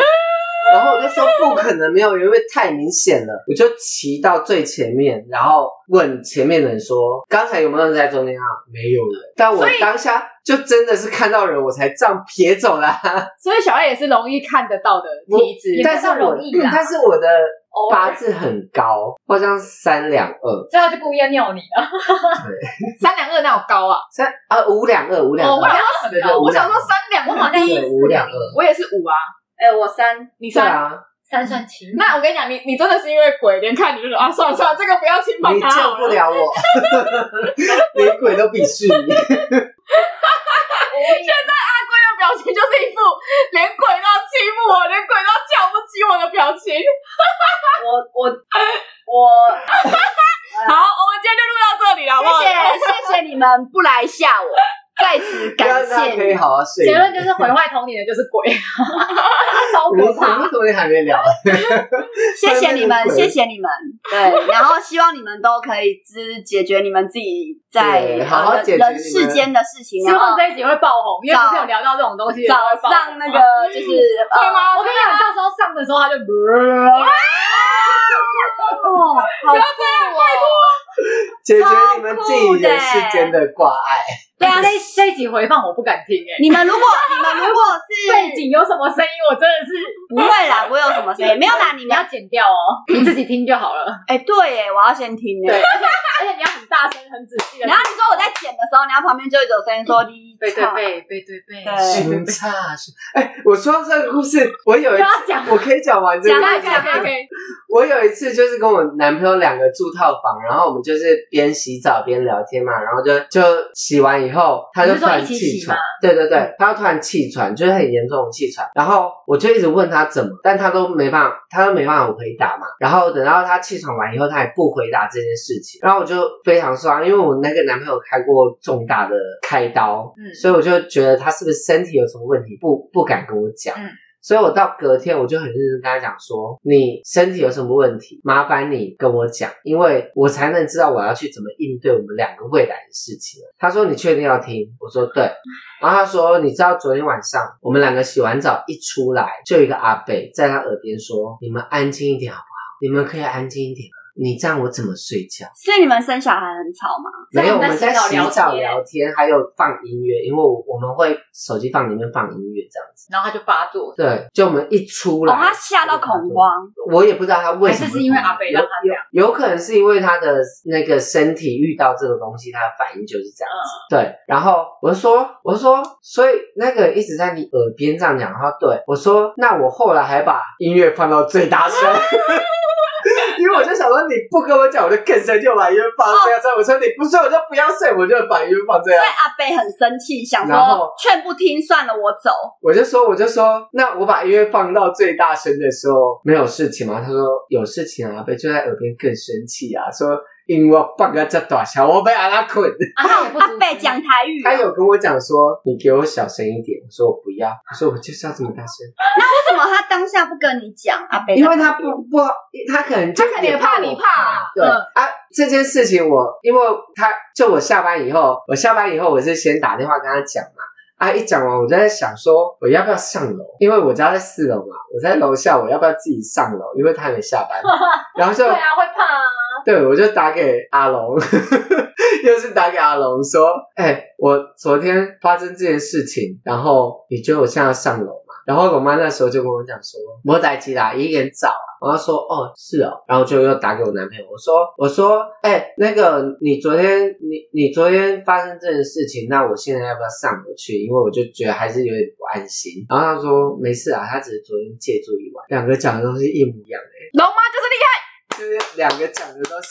[SPEAKER 3] 然后我就说不可能没有，因为太明显了。我就骑到最前面，然后问前面的人说：“刚才有没有人在中间啊？”没有人。但我当下就真的是看到人，我才这样撇走啦。
[SPEAKER 5] 所以小爱也是容易看得到的
[SPEAKER 3] 我
[SPEAKER 5] 体质
[SPEAKER 4] 也，
[SPEAKER 3] 但
[SPEAKER 4] 不
[SPEAKER 3] 是
[SPEAKER 4] 算
[SPEAKER 3] 我嗯
[SPEAKER 4] 容易啦
[SPEAKER 3] 但是我的
[SPEAKER 4] 哦，
[SPEAKER 3] 八字很高，我好像三两二，
[SPEAKER 4] 所以他就故意要尿你啊了。
[SPEAKER 5] 三两二哪有高啊？
[SPEAKER 3] 三啊五两二五两
[SPEAKER 5] 哦，我想说，
[SPEAKER 3] 二，对对五
[SPEAKER 5] 我想
[SPEAKER 3] 两
[SPEAKER 5] 说三两
[SPEAKER 4] 我好
[SPEAKER 5] 二，
[SPEAKER 4] 像
[SPEAKER 3] 对五两二，
[SPEAKER 5] 我也是五啊，
[SPEAKER 2] 哎，我三，
[SPEAKER 5] 你
[SPEAKER 3] 对
[SPEAKER 5] 三。
[SPEAKER 3] 啊，
[SPEAKER 4] 三算情，
[SPEAKER 5] 那我跟你讲，你你真的是因为鬼，连看你就说啊，算了算了，这个不要侵犯
[SPEAKER 3] 你
[SPEAKER 5] 他好
[SPEAKER 3] 救不了我，连鬼都鄙视你。 <laughs>
[SPEAKER 4] 现在
[SPEAKER 5] 的表情就是一副连鬼都要欺负我，连鬼都要瞧不起我的表情。
[SPEAKER 2] 我我我，
[SPEAKER 3] 哦
[SPEAKER 5] 好，我们今天就录到这里了，好不好？
[SPEAKER 2] 谢谢谢谢你们不来吓我，在此感
[SPEAKER 3] 大家可以
[SPEAKER 2] 谢你。
[SPEAKER 3] 好好睡。
[SPEAKER 4] 结论就是毁坏童年的就是鬼，啊 <laughs>
[SPEAKER 3] 我
[SPEAKER 4] 超可
[SPEAKER 3] 们我
[SPEAKER 4] 怕。
[SPEAKER 3] 们怎么还没聊？
[SPEAKER 2] 谢谢你们，
[SPEAKER 3] 对
[SPEAKER 2] 谢谢你们。对，然后希望你们都可以知解决你们自己在
[SPEAKER 3] 对好好
[SPEAKER 2] 呃
[SPEAKER 3] 解决
[SPEAKER 2] 人
[SPEAKER 3] 你们
[SPEAKER 2] 世间的事情，
[SPEAKER 4] 希
[SPEAKER 2] 然后
[SPEAKER 4] 望这一集会爆红，因为不是有聊到这种东西，
[SPEAKER 2] 早
[SPEAKER 4] 会爆红
[SPEAKER 2] 上那个就是呃，
[SPEAKER 3] <laughs>
[SPEAKER 4] 我跟你讲，到时候上的时候他就，我
[SPEAKER 2] 哦好
[SPEAKER 3] 解决你们自己人世间的挂碍。
[SPEAKER 2] <laughs> 对啊，
[SPEAKER 4] 这这一集回放我不敢听哎、
[SPEAKER 2] 你们如果你们如果
[SPEAKER 3] <laughs>
[SPEAKER 2] 是
[SPEAKER 4] 背景有什么声音，我真的是
[SPEAKER 2] 不会啦，不会有什么声音，没有啦， <laughs> 你
[SPEAKER 4] 你
[SPEAKER 2] 们
[SPEAKER 4] 要剪
[SPEAKER 2] <laughs>
[SPEAKER 4] 掉哦，你自己听就好了。
[SPEAKER 2] 哎、对耶，我要先听耶
[SPEAKER 4] 对，。而且而且你要很大声、很仔细的
[SPEAKER 2] 然。后你说我在剪的时候，然后旁边就一种声音说你
[SPEAKER 4] 背对
[SPEAKER 2] 操
[SPEAKER 4] 背，背对背，
[SPEAKER 2] 对
[SPEAKER 3] 行差是，哎，我说到这个故事，我有
[SPEAKER 4] 不
[SPEAKER 3] 一
[SPEAKER 4] 要
[SPEAKER 3] 次，
[SPEAKER 4] 讲。
[SPEAKER 3] 我可以讲完这个
[SPEAKER 1] 可
[SPEAKER 3] 故
[SPEAKER 1] 以
[SPEAKER 3] 事吗。
[SPEAKER 1] 可以可以可以，
[SPEAKER 3] 我有一次就是跟我男朋友两个住套房，然后我们就是边洗澡边聊天嘛，然后就就洗完以后，他就突然
[SPEAKER 4] 你是说一起
[SPEAKER 3] 气
[SPEAKER 4] 洗
[SPEAKER 3] 喘嗯
[SPEAKER 4] 吗，
[SPEAKER 3] 对对对，他就突然气喘，就是很严重的气喘。然后我就一直问他怎么，但他都没办法，他都没办法回答嘛。然后等到他气喘完以后，他也不回答这件事情，然后我就非常受伤，因为我那个男朋友开过重大的开刀，
[SPEAKER 4] 嗯
[SPEAKER 3] 所以我就觉得他是不是身体有什么问题，不不敢跟我讲。
[SPEAKER 4] 嗯
[SPEAKER 3] 所以我到隔天我就很认真跟他讲说，你身体有什么问题，麻烦你跟我讲，因为我才能知道我要去怎么应对我们两个未来的事情。他说你确定要听？我说对。然后他说你知道昨天晚上我们两个洗完澡一出来，就有一个阿北在他耳边说，你们安静一点好不好？你们可以安静一点吗。你这样我怎么睡觉？
[SPEAKER 2] 所以你们生小孩很吵吗？
[SPEAKER 3] 没有，我
[SPEAKER 4] 在
[SPEAKER 3] 们在洗
[SPEAKER 4] 洗澡聊
[SPEAKER 3] 澡
[SPEAKER 4] 天
[SPEAKER 3] 聊天，还有放音乐，因为我我们会手机放里面放音乐这样子。
[SPEAKER 4] 然后他就发作，
[SPEAKER 3] 对，就我们一出
[SPEAKER 2] 哦
[SPEAKER 3] 来，，
[SPEAKER 2] 他吓到恐慌，
[SPEAKER 3] 我也不知道他为什么，
[SPEAKER 4] 还是是因为阿北让他这样
[SPEAKER 3] 有有有可能是因为他的那个身体遇到这个东西，他的反应就是这样子。
[SPEAKER 4] 嗯
[SPEAKER 3] 对，然后我就说，我就说，所以那个一直在你耳边这样讲，他说对，我说那我后来还把音乐放到最大
[SPEAKER 4] <laughs>
[SPEAKER 3] 声。因为我就想说，你不跟我讲，我就更生气，我把音乐放到最大声。我说你不睡，我就不要睡，我就把音乐放最大
[SPEAKER 2] 所
[SPEAKER 3] 声
[SPEAKER 2] 以。阿贝很生气，想
[SPEAKER 3] 然后
[SPEAKER 2] 说劝不听算了，我走。
[SPEAKER 3] 我就说，我就说，那我把音乐放到最大声的时候，没有事情吗？他说有事情啊，被就在耳边更生气啊，说因为我放个这大声，我被阿拉捆。
[SPEAKER 4] 啊，他也不
[SPEAKER 2] 阿
[SPEAKER 4] 阻止
[SPEAKER 2] 贝讲台语，
[SPEAKER 3] 他有跟我讲说，你给我小声一点。我说我不要，我说我就是要这么大声，
[SPEAKER 2] 为什么他当下不跟你讲？啊阿
[SPEAKER 3] <laughs>
[SPEAKER 2] 贝在
[SPEAKER 3] 因为
[SPEAKER 2] 旁边
[SPEAKER 3] 他不不，他可能就
[SPEAKER 5] 他可能也怕你
[SPEAKER 3] 我
[SPEAKER 5] 怕，
[SPEAKER 3] 对、
[SPEAKER 5] 嗯
[SPEAKER 3] 啊，这件事情我因为他就我下班以后，我下班以后我是先打电话跟他讲嘛。啊！一讲完，我就在想说，我要不要上楼？因为我家在四楼嘛，我在楼下，我要不要自己上楼？因为他还没下
[SPEAKER 5] <laughs>
[SPEAKER 3] 班，然后就
[SPEAKER 4] 对啊，会怕啊。
[SPEAKER 3] 对，我就打给阿龙， <laughs> 又是打给阿龙说，哎、我昨天发生这件事情，然后你觉得我现在要上楼吗？然后我妈那时候就跟我讲说，莫代吉啦，一点早啊。然后说，哦，是哦。然后就又打给我男朋友，我说，我说，哎、那个你昨天你你昨天发生这件事情，那我现在要不要上楼去？因为我就觉得还是有点不安心。然后他说没事啊，他只是昨天借住一晚，两个讲的东西一模一样。
[SPEAKER 5] 龙妈就是厉害，
[SPEAKER 3] 就是两个讲的都是，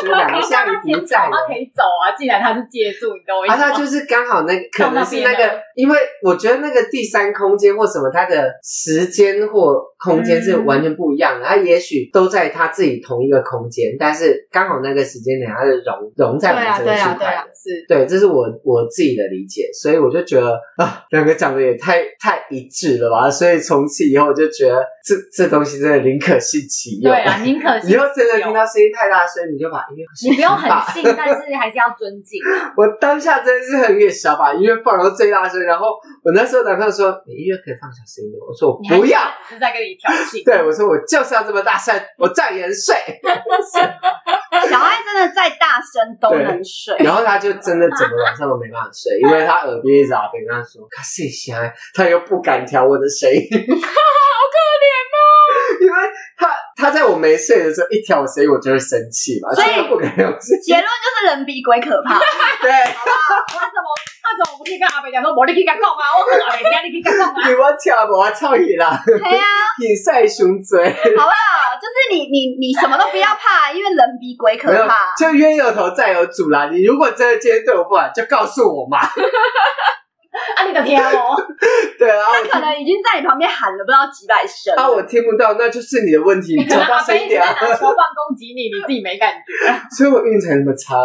[SPEAKER 3] 就是两个像你不在
[SPEAKER 4] 他可
[SPEAKER 3] 了。
[SPEAKER 4] 以走啊，既然他是借住，你懂我意
[SPEAKER 3] 啊，
[SPEAKER 4] 思吗？
[SPEAKER 3] 他就是刚好那个可能是那
[SPEAKER 4] 到那边
[SPEAKER 3] 个
[SPEAKER 4] 了，
[SPEAKER 3] 因为我觉得那个第三空间或什么，它的时间或空间是完全不一样的。他也许都在他自己同一个空间，但是刚好那个时间点，它是融融在我
[SPEAKER 5] 啊
[SPEAKER 4] 啊
[SPEAKER 3] 们这个区块的。，
[SPEAKER 5] 是。
[SPEAKER 3] 对，这是我我自己的理解，所以我就觉得啊，两个讲的也太太一致了吧，所以从此以后我就觉得这这东西真的宁可信其用。
[SPEAKER 4] 对啊，宁可
[SPEAKER 3] 你
[SPEAKER 4] 信
[SPEAKER 3] 又，真的听到声音太大声，你就把音乐
[SPEAKER 4] 你不用很
[SPEAKER 3] 大。
[SPEAKER 4] <laughs> 信，但是还是要尊敬。
[SPEAKER 3] 我当下真的是很给小把音乐放到最大声，然后我那时候男朋友说：“你音乐可以放小声一点。”我说：“我
[SPEAKER 4] 你还
[SPEAKER 3] 不要。
[SPEAKER 4] 只是在跟你挑”衅。
[SPEAKER 3] 对，我说我就是要这么大声，我再也能睡。
[SPEAKER 2] 小爱真的再大声都能睡。
[SPEAKER 3] 然后他就真的整个晚上都没办法睡，因为他耳边一直阿贝跟他说：“他是瞎，他又不敢调我的声音，好可怜 <laughs> 哦。”因为他他在我没睡的时候一调我声音，我就会生气嘛，
[SPEAKER 2] 所以
[SPEAKER 3] 他不敢调我声音。
[SPEAKER 2] 结论就是人比鬼可
[SPEAKER 3] <laughs>
[SPEAKER 2] 怕。
[SPEAKER 3] 对。
[SPEAKER 4] 他怎么他怎么不去跟阿北讲说，我你去甲讲啊，我跟阿北讲，你去甲讲啊。
[SPEAKER 3] 你我听无，我臭伊啦，
[SPEAKER 2] 对啊，
[SPEAKER 3] 你晒熊嘴，
[SPEAKER 2] 好不好？就是你你你什么都不要怕，因为人比鬼可
[SPEAKER 3] 没有
[SPEAKER 2] 怕，。
[SPEAKER 3] 就冤有头债有主啦。你如果真的今天对我不好，就告诉我嘛。
[SPEAKER 4] 啊，你的天哦，
[SPEAKER 3] 对啊，我
[SPEAKER 2] 可能已经在你旁边喊了不知道几百声。
[SPEAKER 3] 啊我听不到，那就是你的问题，你讲大
[SPEAKER 4] 阿
[SPEAKER 3] 声一
[SPEAKER 4] 北一直
[SPEAKER 3] 点
[SPEAKER 4] <laughs> 在
[SPEAKER 3] 啊。
[SPEAKER 4] 拿球棒攻击你，你自己没感觉。
[SPEAKER 3] 所以我运才那么差，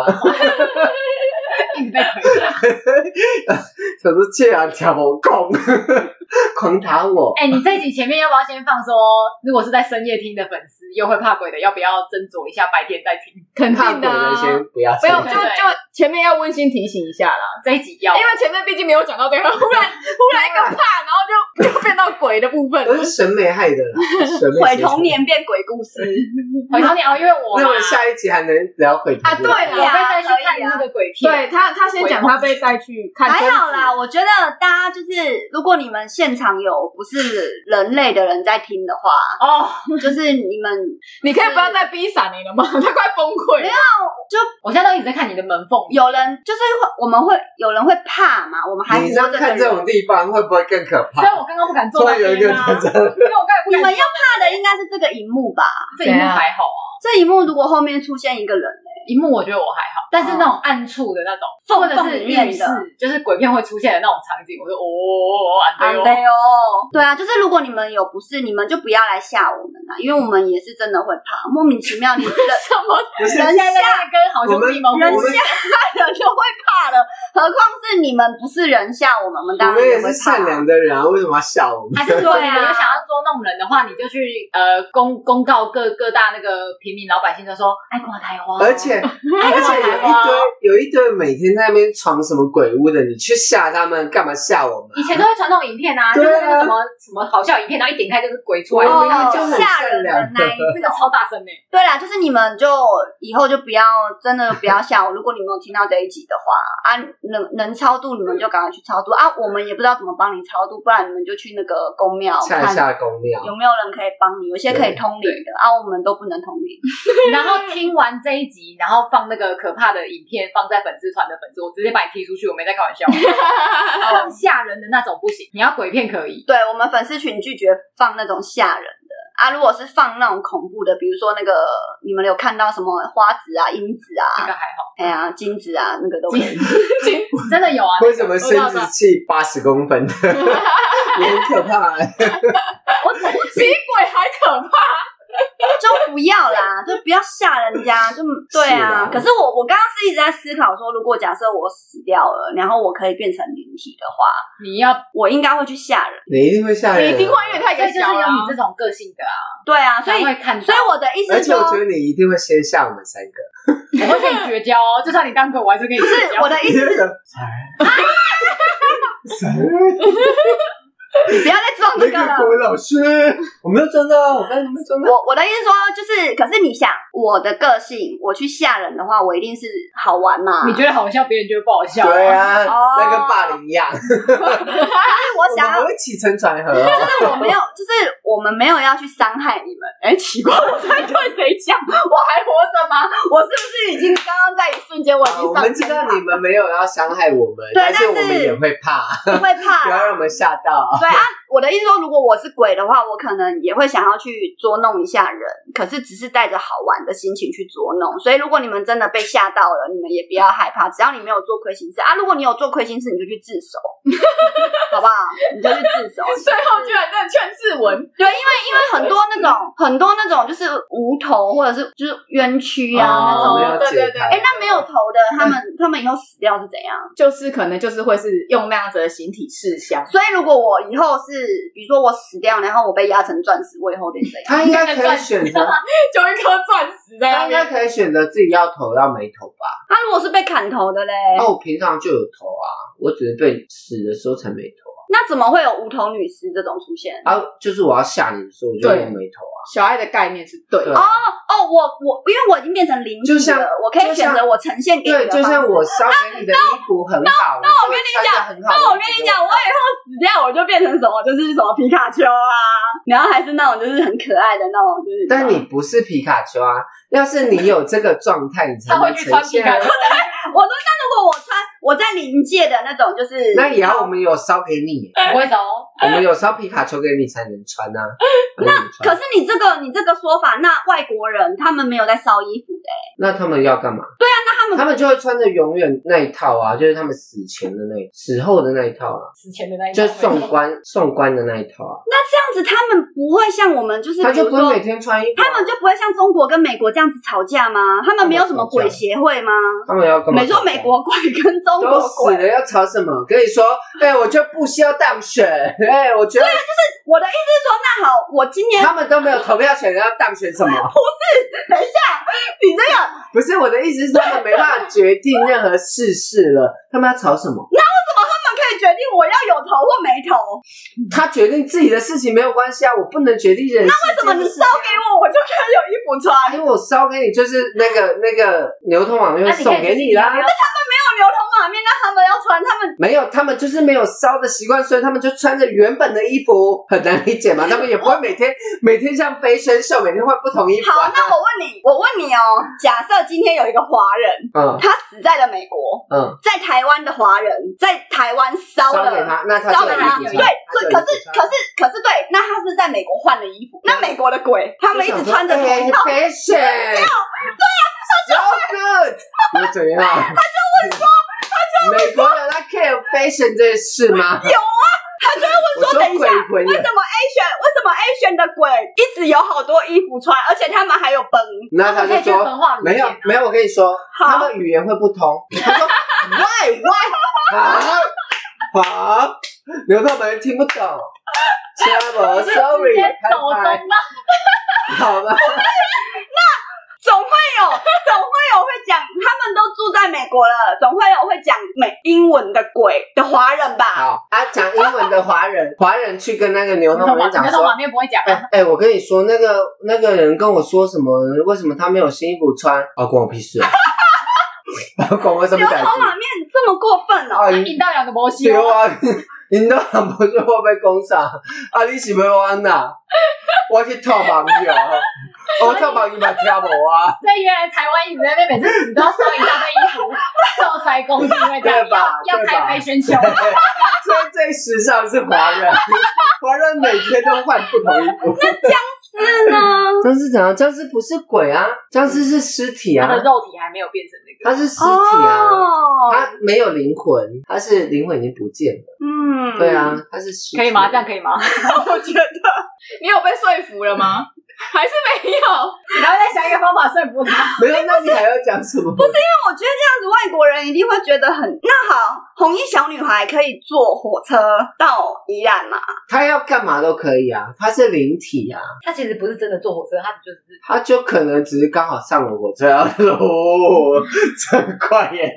[SPEAKER 4] 一直被亏。
[SPEAKER 3] 想说竟然跳我拱， <laughs> 狂打我。
[SPEAKER 4] 哎、你这一集前面要不要先放说，如果是在深夜听的粉丝，又会怕鬼的，要不要斟酌一下白天再听？
[SPEAKER 5] 肯
[SPEAKER 3] 怕
[SPEAKER 5] 定
[SPEAKER 3] 鬼
[SPEAKER 5] 的啊
[SPEAKER 3] 的。先不要
[SPEAKER 5] 不
[SPEAKER 3] 吹，
[SPEAKER 5] 要，就
[SPEAKER 4] 对
[SPEAKER 5] 就前面要温馨提醒一下啦，
[SPEAKER 4] 这一集要
[SPEAKER 5] 因为前面毕竟没有讲到这个，忽然忽然一个怕，然后就就变到鬼的部分了
[SPEAKER 3] 都。是审美害的啦，审美
[SPEAKER 2] 毁
[SPEAKER 3] 协
[SPEAKER 2] 童
[SPEAKER 3] 同。
[SPEAKER 2] 年变鬼故
[SPEAKER 3] <laughs>
[SPEAKER 2] 事，
[SPEAKER 4] 回头你哦，因为我
[SPEAKER 3] 那
[SPEAKER 4] 嘛
[SPEAKER 3] 我下一集还能聊鬼
[SPEAKER 5] 啊，对
[SPEAKER 4] 我会
[SPEAKER 5] 啦，
[SPEAKER 4] 再去看那个鬼片。
[SPEAKER 5] <laughs> <laughs> 对他他先讲他被带去
[SPEAKER 3] 啊
[SPEAKER 5] 看，
[SPEAKER 2] 还好啦。，我觉得大家就是，如果你们现场有不是人类的人在听的话，
[SPEAKER 4] 哦，
[SPEAKER 2] 就是你们
[SPEAKER 5] 你可以不要再逼闪雷了吗？他快崩溃了。
[SPEAKER 4] 我现在都一直在看你的门缝。
[SPEAKER 2] 有人就是会，我们会有人会怕嘛，我们还
[SPEAKER 3] 你
[SPEAKER 2] 活
[SPEAKER 3] 这样
[SPEAKER 2] 着的
[SPEAKER 3] 看这种
[SPEAKER 2] 人。
[SPEAKER 3] 地方会不会更可
[SPEAKER 4] 虽然
[SPEAKER 3] 怕？
[SPEAKER 4] 我刚刚不敢坐那边
[SPEAKER 3] 突然有一个
[SPEAKER 4] 啊，
[SPEAKER 3] 人在
[SPEAKER 4] 因为我刚才不
[SPEAKER 2] 你
[SPEAKER 4] 敢
[SPEAKER 2] 们要怕的应该是这个荧幕吧？
[SPEAKER 4] 这一幕还好啊，
[SPEAKER 2] 这一幕如果后面出现一个人，
[SPEAKER 4] 一幕我觉得我还好，但是那种暗处的那种，或者
[SPEAKER 2] 缝
[SPEAKER 4] 是
[SPEAKER 2] 里
[SPEAKER 4] 浴
[SPEAKER 2] 面
[SPEAKER 4] 室
[SPEAKER 2] 的，
[SPEAKER 4] 就是鬼片会出现的那种场景，我就哦，安对哦，
[SPEAKER 2] 哦，对啊，就是如果你们有不是，你们就不要来吓我们啦，啊因为我们也是真的会怕，莫名其妙你人
[SPEAKER 5] 什么？
[SPEAKER 3] 不是
[SPEAKER 2] 人
[SPEAKER 4] 现
[SPEAKER 2] 吓
[SPEAKER 4] 在跟好兄弟
[SPEAKER 3] <laughs>
[SPEAKER 4] 们
[SPEAKER 3] 我们
[SPEAKER 4] 互
[SPEAKER 3] 我们
[SPEAKER 2] 人就会怕了，何况是你们不是人吓我们，我们
[SPEAKER 3] 我
[SPEAKER 2] 当
[SPEAKER 3] 们
[SPEAKER 2] 然
[SPEAKER 3] 也
[SPEAKER 2] 会
[SPEAKER 3] 是
[SPEAKER 2] 怕
[SPEAKER 3] 善
[SPEAKER 2] 啊。
[SPEAKER 3] 良的人啊，为什么要笑我们？
[SPEAKER 4] 还是如果你们
[SPEAKER 2] 对
[SPEAKER 4] 有
[SPEAKER 2] 啊
[SPEAKER 4] 想要捉弄人的话，你就去呃公公告各各大那个平民老百姓，就说爱国台湾，
[SPEAKER 3] 而且
[SPEAKER 2] 哦
[SPEAKER 3] <laughs> 而且有一堆有一堆每天在那边闯什么鬼屋的，你去吓他们干嘛吓我们啊？
[SPEAKER 4] 以前都会传那种影片啊，就
[SPEAKER 3] 对啊
[SPEAKER 4] 是那个什么什么好笑影片，然后一点开就是鬼出来，
[SPEAKER 3] 哦
[SPEAKER 4] 我一
[SPEAKER 3] 就
[SPEAKER 4] 就
[SPEAKER 3] 很
[SPEAKER 2] 吓人的那一
[SPEAKER 4] 这个超大声呢。
[SPEAKER 2] 对啦，就是你们就以后就不要真的不要笑我。 <laughs> 如果你们有听到这一集的话啊，能能超度你们就赶快去超度啊，我们也不知道怎么帮你超度，不然你们就去那个宫庙
[SPEAKER 3] 吓一
[SPEAKER 2] 哦看
[SPEAKER 3] 吓公庙，
[SPEAKER 2] 有没有人可以帮你，有些可以通灵的啊，我们都不能通灵。
[SPEAKER 4] <laughs> 然后听完这一集，然后放那个可怕的影片放在粉丝团的粉丝，我直接把你踢出去，我没在开玩
[SPEAKER 2] <laughs>
[SPEAKER 4] 笑。放吓人的那种不行，你要鬼片可以。
[SPEAKER 2] 对我们粉丝群拒绝放那种吓人的啊，如果是放那种恐怖的，比如说那个你们有看到什么花子啊、英子
[SPEAKER 4] 这
[SPEAKER 2] 啊
[SPEAKER 4] 个、还好，
[SPEAKER 2] 哎呀、金子啊，那个都可
[SPEAKER 4] <laughs>
[SPEAKER 2] 以。
[SPEAKER 4] 真的有啊。
[SPEAKER 3] 为什么生殖器八十
[SPEAKER 2] <laughs>
[SPEAKER 3] 公分的？也很可怕欸、
[SPEAKER 5] 比鬼还可怕。
[SPEAKER 2] 就不要
[SPEAKER 4] <laughs>
[SPEAKER 2] 啦，就不要吓人家，就对啊。
[SPEAKER 3] 是啊
[SPEAKER 2] 可是我我刚刚是一直在思考说，如果假设我死掉了，然后我可以变成灵体的话，
[SPEAKER 4] 你要，
[SPEAKER 2] 我应该会去吓人。
[SPEAKER 3] 你一定会吓人、啊
[SPEAKER 5] 你一定会，因为他已
[SPEAKER 4] 这就
[SPEAKER 5] 经
[SPEAKER 4] 是
[SPEAKER 5] 小
[SPEAKER 4] 有
[SPEAKER 5] 了啊。
[SPEAKER 4] 你这种个性的啊，
[SPEAKER 2] 对啊，所
[SPEAKER 4] 才
[SPEAKER 2] 以
[SPEAKER 4] 会看到。
[SPEAKER 2] 所以我的意思
[SPEAKER 3] 而
[SPEAKER 2] 是
[SPEAKER 3] 且我觉
[SPEAKER 2] 说，
[SPEAKER 3] 得你一定会先吓我们三个。
[SPEAKER 4] 我会跟你绝交哦，就算你当鬼，我还是跟你
[SPEAKER 2] 不
[SPEAKER 4] 绝
[SPEAKER 2] 是啊
[SPEAKER 4] 交。
[SPEAKER 2] 我的意思，
[SPEAKER 3] 谁？
[SPEAKER 2] 你不要再撞这个
[SPEAKER 3] 那
[SPEAKER 2] 了
[SPEAKER 3] 个。国文老师，我没有撞到，我刚才没有撞到。
[SPEAKER 2] 我我的意思说，就是，可是你想，我的个性，我去吓人的话，我一定是好玩嘛。
[SPEAKER 4] 你觉得好笑，别人觉得不好笑。
[SPEAKER 3] 对，啊，
[SPEAKER 2] 哦
[SPEAKER 3] 那跟霸凌一样，
[SPEAKER 2] 就是我
[SPEAKER 3] 我
[SPEAKER 2] 想
[SPEAKER 3] 们
[SPEAKER 2] 要
[SPEAKER 3] 还，会起承转合、哦。
[SPEAKER 2] 就是我没有，就是我们没有要去伤害你们。哎，奇怪，我在对谁讲？我还活着吗？我是不是已经刚刚在一瞬间，我已
[SPEAKER 3] 啊
[SPEAKER 2] 经
[SPEAKER 3] 我
[SPEAKER 2] 上
[SPEAKER 3] 们
[SPEAKER 2] 天
[SPEAKER 3] 知
[SPEAKER 2] 堂
[SPEAKER 3] 道你们没有要伤害我们，
[SPEAKER 2] 对
[SPEAKER 3] 但是
[SPEAKER 2] 但
[SPEAKER 3] 我
[SPEAKER 2] 是
[SPEAKER 3] 们也会怕，
[SPEAKER 2] 不会怕
[SPEAKER 3] 不
[SPEAKER 2] 啦
[SPEAKER 3] 要让我们吓到。
[SPEAKER 2] 对啊，我的意思说，如果我是鬼的话，我可能也会想要去捉弄一下人，可是只是带着好玩的心情去捉弄。所以，如果你们真的被吓到了，你们也不要害怕，只要你没有做亏心事啊。如果你有做亏心事，你就去自首， <laughs> 好不好？你就去自首。
[SPEAKER 5] <laughs> 最后居然在劝世文，
[SPEAKER 2] 对，因为因为很多那种很多那种就是无头或者是就是冤屈啊、
[SPEAKER 3] 哦
[SPEAKER 2] 那
[SPEAKER 3] 没
[SPEAKER 2] 种。
[SPEAKER 3] 有嗯
[SPEAKER 5] 对对
[SPEAKER 3] 解
[SPEAKER 5] 对
[SPEAKER 3] 开
[SPEAKER 2] 哎，那没有头的，他们他们以后死掉是怎样？
[SPEAKER 5] 就是可能就是会是用那样子的形体试香。
[SPEAKER 2] 所以如果我以后是，比如说我死掉，然后我被压成钻石，我以后得怎样？
[SPEAKER 3] 他应该可以选择，
[SPEAKER 5] 就一颗钻石在
[SPEAKER 3] <laughs> 他
[SPEAKER 5] 那
[SPEAKER 3] 应该
[SPEAKER 5] 边。
[SPEAKER 3] 可以选择自己要头要没头吧？
[SPEAKER 2] 他啊如果是被砍头的嘞，
[SPEAKER 3] 那、我平常就有头啊，我只是对死的时候才没头
[SPEAKER 2] 那怎么会有无头女尸这种出现？
[SPEAKER 3] 啊，就是我要吓你的时候我就
[SPEAKER 5] 对
[SPEAKER 3] 用没头啊。
[SPEAKER 5] 小爱的概念是对
[SPEAKER 3] 对
[SPEAKER 5] 的，
[SPEAKER 3] 啊
[SPEAKER 2] 哦，我我因为我已经变成灵体
[SPEAKER 3] 就像
[SPEAKER 2] 了，我可以选择我呈现给你的方
[SPEAKER 3] 对，
[SPEAKER 2] 式。
[SPEAKER 3] 就像我烧给你的衣服很好，那我跟你讲，
[SPEAKER 2] 哦
[SPEAKER 3] 那
[SPEAKER 2] 那我跟你讲，我以后死掉，我就变成什么，就是什么皮卡丘啊，然后还是那种就是很可爱的那种，就是
[SPEAKER 3] 但你不是皮卡丘啊！要是你有这个状态，你才
[SPEAKER 4] 他
[SPEAKER 3] 能
[SPEAKER 4] 会去穿
[SPEAKER 3] 呈
[SPEAKER 4] 皮
[SPEAKER 3] 现
[SPEAKER 4] 卡
[SPEAKER 3] 啊。
[SPEAKER 4] 丘，
[SPEAKER 2] <laughs> 我说，那如果我穿，我我在临界的那种，就是
[SPEAKER 3] 那也要我们有烧给你，
[SPEAKER 4] 不会哦熟，
[SPEAKER 3] 我们有烧皮卡丘给你才能穿啊。
[SPEAKER 2] 可
[SPEAKER 3] 那
[SPEAKER 2] 是你这个你这个说法，那外国人他们没有在烧衣服的、
[SPEAKER 3] 那他们要干嘛？
[SPEAKER 2] 啊他们
[SPEAKER 3] 他们就会穿着永远那一套啊，就是他们死前的那一死后的那一套啊，
[SPEAKER 4] 死前的那一
[SPEAKER 3] 就是
[SPEAKER 4] 种会
[SPEAKER 3] 送
[SPEAKER 4] 熟
[SPEAKER 3] 官送官的那一套啊，
[SPEAKER 2] 这样子他们不会像我们就是
[SPEAKER 3] 他
[SPEAKER 2] 比
[SPEAKER 3] 就
[SPEAKER 2] 如
[SPEAKER 3] 不会
[SPEAKER 2] 说
[SPEAKER 3] 每天穿衣服啊。
[SPEAKER 2] 他们就不会像中国跟美国这样子吵架吗？他们没有什么鬼协会吗？
[SPEAKER 3] 他们要干嘛？
[SPEAKER 2] 没说美国鬼跟中
[SPEAKER 3] 都
[SPEAKER 2] 国
[SPEAKER 3] 死
[SPEAKER 2] 鬼，
[SPEAKER 3] 了要吵什么？跟你说，哎、我觉得不需要当选，哎、我觉得
[SPEAKER 2] 我的意思是说，那好，我今年
[SPEAKER 3] 他们都没有投票权，要当
[SPEAKER 2] <laughs>
[SPEAKER 3] 选什么？
[SPEAKER 2] 你这个
[SPEAKER 3] 不是我的意思是，他们没办法决定任何世事了，他们要吵什么？
[SPEAKER 2] 可以决定我要有头或没头，
[SPEAKER 3] 他决定自己的事情没有关系啊，我不能决定人。那为
[SPEAKER 2] 为什么你烧给我，我就可以有衣服穿？
[SPEAKER 3] 因为我烧给你就是
[SPEAKER 2] <laughs>
[SPEAKER 3] 那个那个牛头马面会送给你啦，
[SPEAKER 2] 没有牛头马面，那他们要穿，他们
[SPEAKER 3] 没有，他们就是没有烧的习惯，所以他们就穿着原本的衣服， <laughs> 很难理解嘛。他们也不会每
[SPEAKER 2] <laughs>
[SPEAKER 3] 天每天像飞身秀，每天换不同衣服、
[SPEAKER 2] 好
[SPEAKER 3] 啊。。
[SPEAKER 2] 那我问你，我问你哦，假设今天有一个华人，
[SPEAKER 3] 嗯
[SPEAKER 2] 他死在了美国，
[SPEAKER 3] 嗯，
[SPEAKER 2] 在台湾的华人在台湾烧
[SPEAKER 3] 烧
[SPEAKER 2] 了，
[SPEAKER 3] 给他，那他
[SPEAKER 2] 烧
[SPEAKER 3] 就
[SPEAKER 2] 给
[SPEAKER 3] 有衣
[SPEAKER 2] 他，
[SPEAKER 3] 服
[SPEAKER 2] 对，
[SPEAKER 3] 穿
[SPEAKER 2] 所以可是可
[SPEAKER 3] 是
[SPEAKER 2] 是可是对，那他是在美国换了
[SPEAKER 3] 嗯
[SPEAKER 2] 衣服，那美国的鬼他们一直穿着同一套，
[SPEAKER 3] fashion，
[SPEAKER 2] <laughs>
[SPEAKER 3] 对啊，so good，那怎样？他就问说，他就美国人他 care fashion 这件事吗？有啊，
[SPEAKER 2] 他就会 <laughs>
[SPEAKER 3] 我
[SPEAKER 2] 问说，等一下。
[SPEAKER 3] 鬼
[SPEAKER 2] 为
[SPEAKER 3] 魂耶
[SPEAKER 2] 什么 A 选为什么 A 选的鬼一直有好多衣服穿，而且他们还有崩？
[SPEAKER 3] 那他
[SPEAKER 4] 可
[SPEAKER 3] 就
[SPEAKER 4] 以去
[SPEAKER 3] 说
[SPEAKER 4] 焚化炉
[SPEAKER 3] 没有
[SPEAKER 4] 捡啊
[SPEAKER 3] 没有，我跟你说，
[SPEAKER 2] 好
[SPEAKER 3] 他们语言会不通。 <laughs> 他说 why <laughs> why 啊啊，刘大门听不懂，加我呃 sorry，
[SPEAKER 4] 走
[SPEAKER 3] 拜拜
[SPEAKER 4] 中道，
[SPEAKER 3] 好吧。
[SPEAKER 2] 总会
[SPEAKER 3] <laughs>
[SPEAKER 2] 有总会有会讲，他们都住在美国了，总会有会讲美英文的鬼的华人吧？
[SPEAKER 3] 好啊，讲英文的华人，华人去跟那个牛头
[SPEAKER 4] 牛头
[SPEAKER 3] 马
[SPEAKER 4] 马
[SPEAKER 3] 讲
[SPEAKER 4] 牛头
[SPEAKER 3] 说
[SPEAKER 4] 马。面不会讲
[SPEAKER 3] 哎
[SPEAKER 4] 啊，
[SPEAKER 3] 哎、我跟你说，那个那个人跟我说什么？为什么他没有新衣服穿？啊，关我屁事 <laughs> 啊！啊管我什
[SPEAKER 2] 牛
[SPEAKER 3] 么感
[SPEAKER 2] 头马
[SPEAKER 3] 觉？
[SPEAKER 2] 面这么过分哦？
[SPEAKER 3] 啊， <laughs> 你
[SPEAKER 4] 引到两个摩西
[SPEAKER 3] 对啊，因都很不是我被攻上，啊，你是要安哪？我去套网友，我套网友嘛听无啊，
[SPEAKER 4] 所以原来台湾一直在那边每次死都要烧一大堆衣服，受塞工是因为这样
[SPEAKER 3] 对吧
[SPEAKER 4] 要要
[SPEAKER 3] 对吧
[SPEAKER 4] 开飞旋球，
[SPEAKER 3] 所以最时尚是华人，华人每天都换不同衣服。
[SPEAKER 2] 是呢，
[SPEAKER 3] 僵尸怎样？僵尸不是鬼啊，僵尸是尸体
[SPEAKER 4] 他
[SPEAKER 3] 啊
[SPEAKER 4] 的，肉体还没有变成那
[SPEAKER 3] 它
[SPEAKER 4] 个。
[SPEAKER 3] 是尸体啊，
[SPEAKER 2] 哦，
[SPEAKER 3] 它没有灵魂，它是灵魂已经不见了。
[SPEAKER 2] 嗯，
[SPEAKER 3] 对，啊，它是尸体
[SPEAKER 4] 可以吗？这样可以 <laughs> 吗？
[SPEAKER 5] 我觉得你有被说服了吗？还是没有？
[SPEAKER 4] 然后再想一个方法说服他。
[SPEAKER 3] 没有，那你还要讲什么？不是
[SPEAKER 2] 我觉得这样子外国人一定会觉得很那好。红衣小女孩可以坐火车到宜兰嘛？
[SPEAKER 3] 他要干嘛都可以啊，他是灵体啊，
[SPEAKER 4] 他其实不是真的坐火车，他就是
[SPEAKER 3] 他就可能只是刚好上了火车，然后就哦，真快
[SPEAKER 2] <laughs>
[SPEAKER 3] 耶！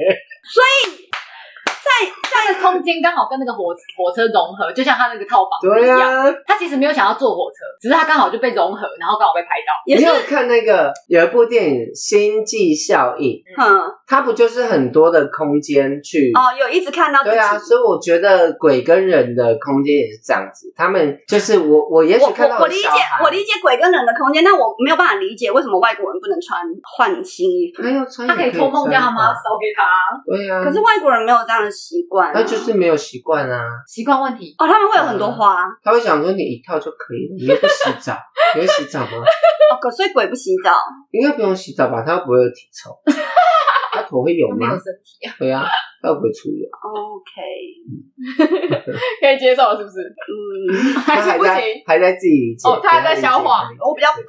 [SPEAKER 4] 他的空间刚好跟那个火火车融合，就像他那个套房
[SPEAKER 3] 对
[SPEAKER 4] 一样。
[SPEAKER 3] 啊，
[SPEAKER 4] 他其实没有想要坐火车，只是他刚好就被融合，然后刚好被拍到。
[SPEAKER 2] 也
[SPEAKER 3] 你
[SPEAKER 2] 是，
[SPEAKER 3] 有看那个有一部电影《星际效应》，
[SPEAKER 2] 嗯，
[SPEAKER 3] 它不就是很多的空间去？
[SPEAKER 2] 哦，有一直看到自己
[SPEAKER 3] 对啊，所以我觉得鬼跟人的空间也是这样子，他们就是我，我也
[SPEAKER 2] 我
[SPEAKER 3] 许看到
[SPEAKER 2] 我我理
[SPEAKER 3] 小
[SPEAKER 2] 解
[SPEAKER 3] 孩，
[SPEAKER 2] 我理解鬼跟人的空间，但我没有办法理解为什么外国人不能穿换新衣服。
[SPEAKER 3] 他要穿，啊
[SPEAKER 4] 他可以托梦叫他妈？烧给他，
[SPEAKER 3] 对啊，
[SPEAKER 2] 可是外国人没有这样的习惯啊、
[SPEAKER 3] 那就是没有习惯啊，
[SPEAKER 4] 习惯问题。
[SPEAKER 2] 哦，他们会有很多花、
[SPEAKER 3] 他会想说你一套就可以了，你又不洗
[SPEAKER 5] <laughs>
[SPEAKER 3] 澡，你会洗澡吗？
[SPEAKER 2] 哦，可所以鬼不洗澡，
[SPEAKER 3] 应该不用洗澡吧？他又不会有体
[SPEAKER 5] <laughs>
[SPEAKER 3] 臭，他头会油
[SPEAKER 4] 他没有
[SPEAKER 3] 吗？
[SPEAKER 4] 身体，
[SPEAKER 3] 对啊，他又不会出油，
[SPEAKER 2] OK，
[SPEAKER 5] 可以接受是不是？
[SPEAKER 3] <laughs>
[SPEAKER 2] 嗯，
[SPEAKER 5] <laughs> 还是
[SPEAKER 3] 他
[SPEAKER 5] 不
[SPEAKER 3] 在
[SPEAKER 5] 行？
[SPEAKER 3] 还在自己理解
[SPEAKER 5] 哦他还在消化，
[SPEAKER 2] 我比较笨，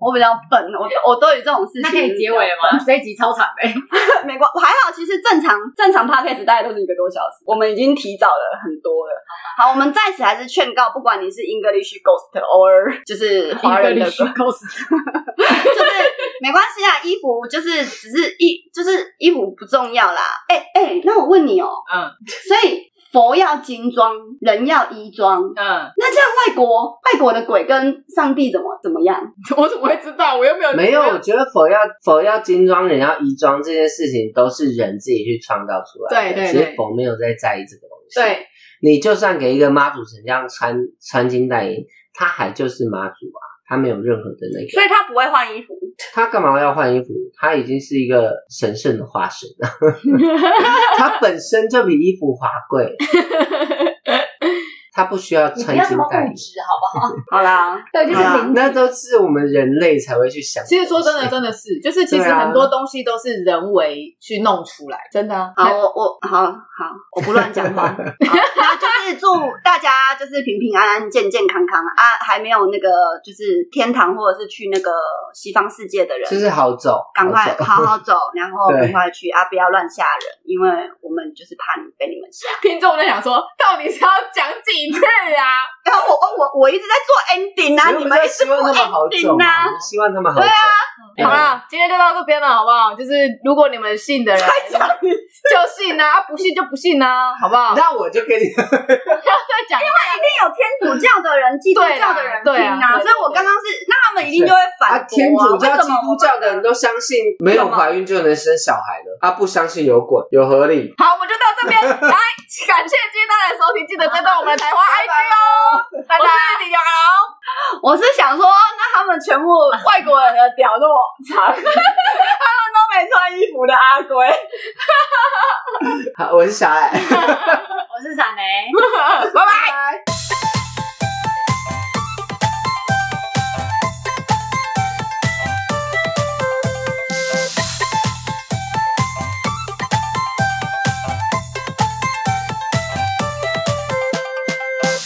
[SPEAKER 2] 我比较笨，我我对于这种事情
[SPEAKER 4] 那可以结尾了吗？这一集超欸长的，
[SPEAKER 2] <laughs> 美国还好，其实正常正常 podcast 大概都是一个多小时，我们已经提早了很多了。好，我们在此还是劝告，不管你是 English ghost or 就是华人的
[SPEAKER 4] English ghost
[SPEAKER 2] 就是没关系啊，衣 <laughs> 服就是只是衣，就是衣服不重要啦。哎、哎、那我问你哦、 <laughs>
[SPEAKER 5] 嗯
[SPEAKER 2] 所以佛要金装，人要衣装，
[SPEAKER 5] 嗯， <laughs>
[SPEAKER 2] 那这样外国外国的鬼跟上帝怎么怎么样？
[SPEAKER 5] 我怎么会知道？我又没有
[SPEAKER 3] 没有，
[SPEAKER 5] 我
[SPEAKER 3] 我觉得佛要佛要精装，人要衣装这件事情都是人自己去创造出来的。
[SPEAKER 5] 对对
[SPEAKER 3] 其实
[SPEAKER 5] 对
[SPEAKER 3] 佛没有在在意这个东西。，
[SPEAKER 5] 对
[SPEAKER 3] 你就算给一个妈祖神这样穿穿金戴银，他还就是妈祖啊，他没有任何的那
[SPEAKER 2] 所
[SPEAKER 3] 个，
[SPEAKER 2] 以他不会换衣服。
[SPEAKER 3] 他干嘛要换衣服？他已经是一个神圣的化身了，他本身就比衣服华贵，他不需要
[SPEAKER 4] 你
[SPEAKER 3] 穿
[SPEAKER 4] 不要这
[SPEAKER 3] 金
[SPEAKER 4] 么
[SPEAKER 3] 戴银
[SPEAKER 4] 固。执好不好？
[SPEAKER 2] 好啦，
[SPEAKER 4] 对，就是
[SPEAKER 2] 好啦
[SPEAKER 4] 零
[SPEAKER 3] 那都是我们人类才会去想。
[SPEAKER 5] 其实说真的，真的是，就是其实
[SPEAKER 3] 对啊
[SPEAKER 5] 很多东西都是人为去弄出来，真的啊。
[SPEAKER 2] 好，我我好好，我不乱
[SPEAKER 3] <laughs>
[SPEAKER 2] 讲话。好那就是祝大家就是平平安安、健健康康啊！还没有那个就是天堂或者是去那个西方世界的人，
[SPEAKER 3] 就是好走，
[SPEAKER 2] 赶快
[SPEAKER 3] 好走
[SPEAKER 2] 好好走，然后
[SPEAKER 3] 对
[SPEAKER 2] 赶快去啊！不要乱吓人，因为我们就是怕你被你们吓。
[SPEAKER 5] 听众在想说，到底是要讲几次啊？ <laughs>
[SPEAKER 2] 哎，我哦我我一直在做 ending 啊，
[SPEAKER 3] 因
[SPEAKER 2] 你
[SPEAKER 3] 为我
[SPEAKER 2] 们
[SPEAKER 3] 就
[SPEAKER 2] 一直
[SPEAKER 3] 希
[SPEAKER 2] 不
[SPEAKER 3] 望他们好
[SPEAKER 2] ending
[SPEAKER 3] 走
[SPEAKER 2] 啊
[SPEAKER 3] 嘛，。希望他们好走。对
[SPEAKER 5] 好啦，今天就到这边了，好不好？就是如果你们信的人，就信啊，不信就不信啊，好不好？再
[SPEAKER 3] 那我就跟你，
[SPEAKER 5] 讲一遍，
[SPEAKER 2] 有天主教的人、基督教的人听
[SPEAKER 5] 对啦对
[SPEAKER 2] 啊，
[SPEAKER 5] 啊
[SPEAKER 2] 所以我刚刚是，那他们一定就会反
[SPEAKER 3] 啊，
[SPEAKER 2] 驳、啊
[SPEAKER 3] 天主教、
[SPEAKER 2] 为什
[SPEAKER 3] 基
[SPEAKER 2] 么我
[SPEAKER 3] 督
[SPEAKER 2] 们
[SPEAKER 3] 教的人都相信没有怀孕就能生小孩了，啊，不相信有鬼，有合理。
[SPEAKER 5] 好，我们就到这边。来，感谢今天大家的收听，记得追踪我们的台湾 IG 哦。拜拜，我是李小龙，
[SPEAKER 2] 我是想说，那他们全部外国人的屌那么长， <laughs> 他们都没穿衣服的阿龟，
[SPEAKER 3] 好，我是小爱。
[SPEAKER 4] 我是闪雷。
[SPEAKER 5] 拜拜。
[SPEAKER 2] 拜。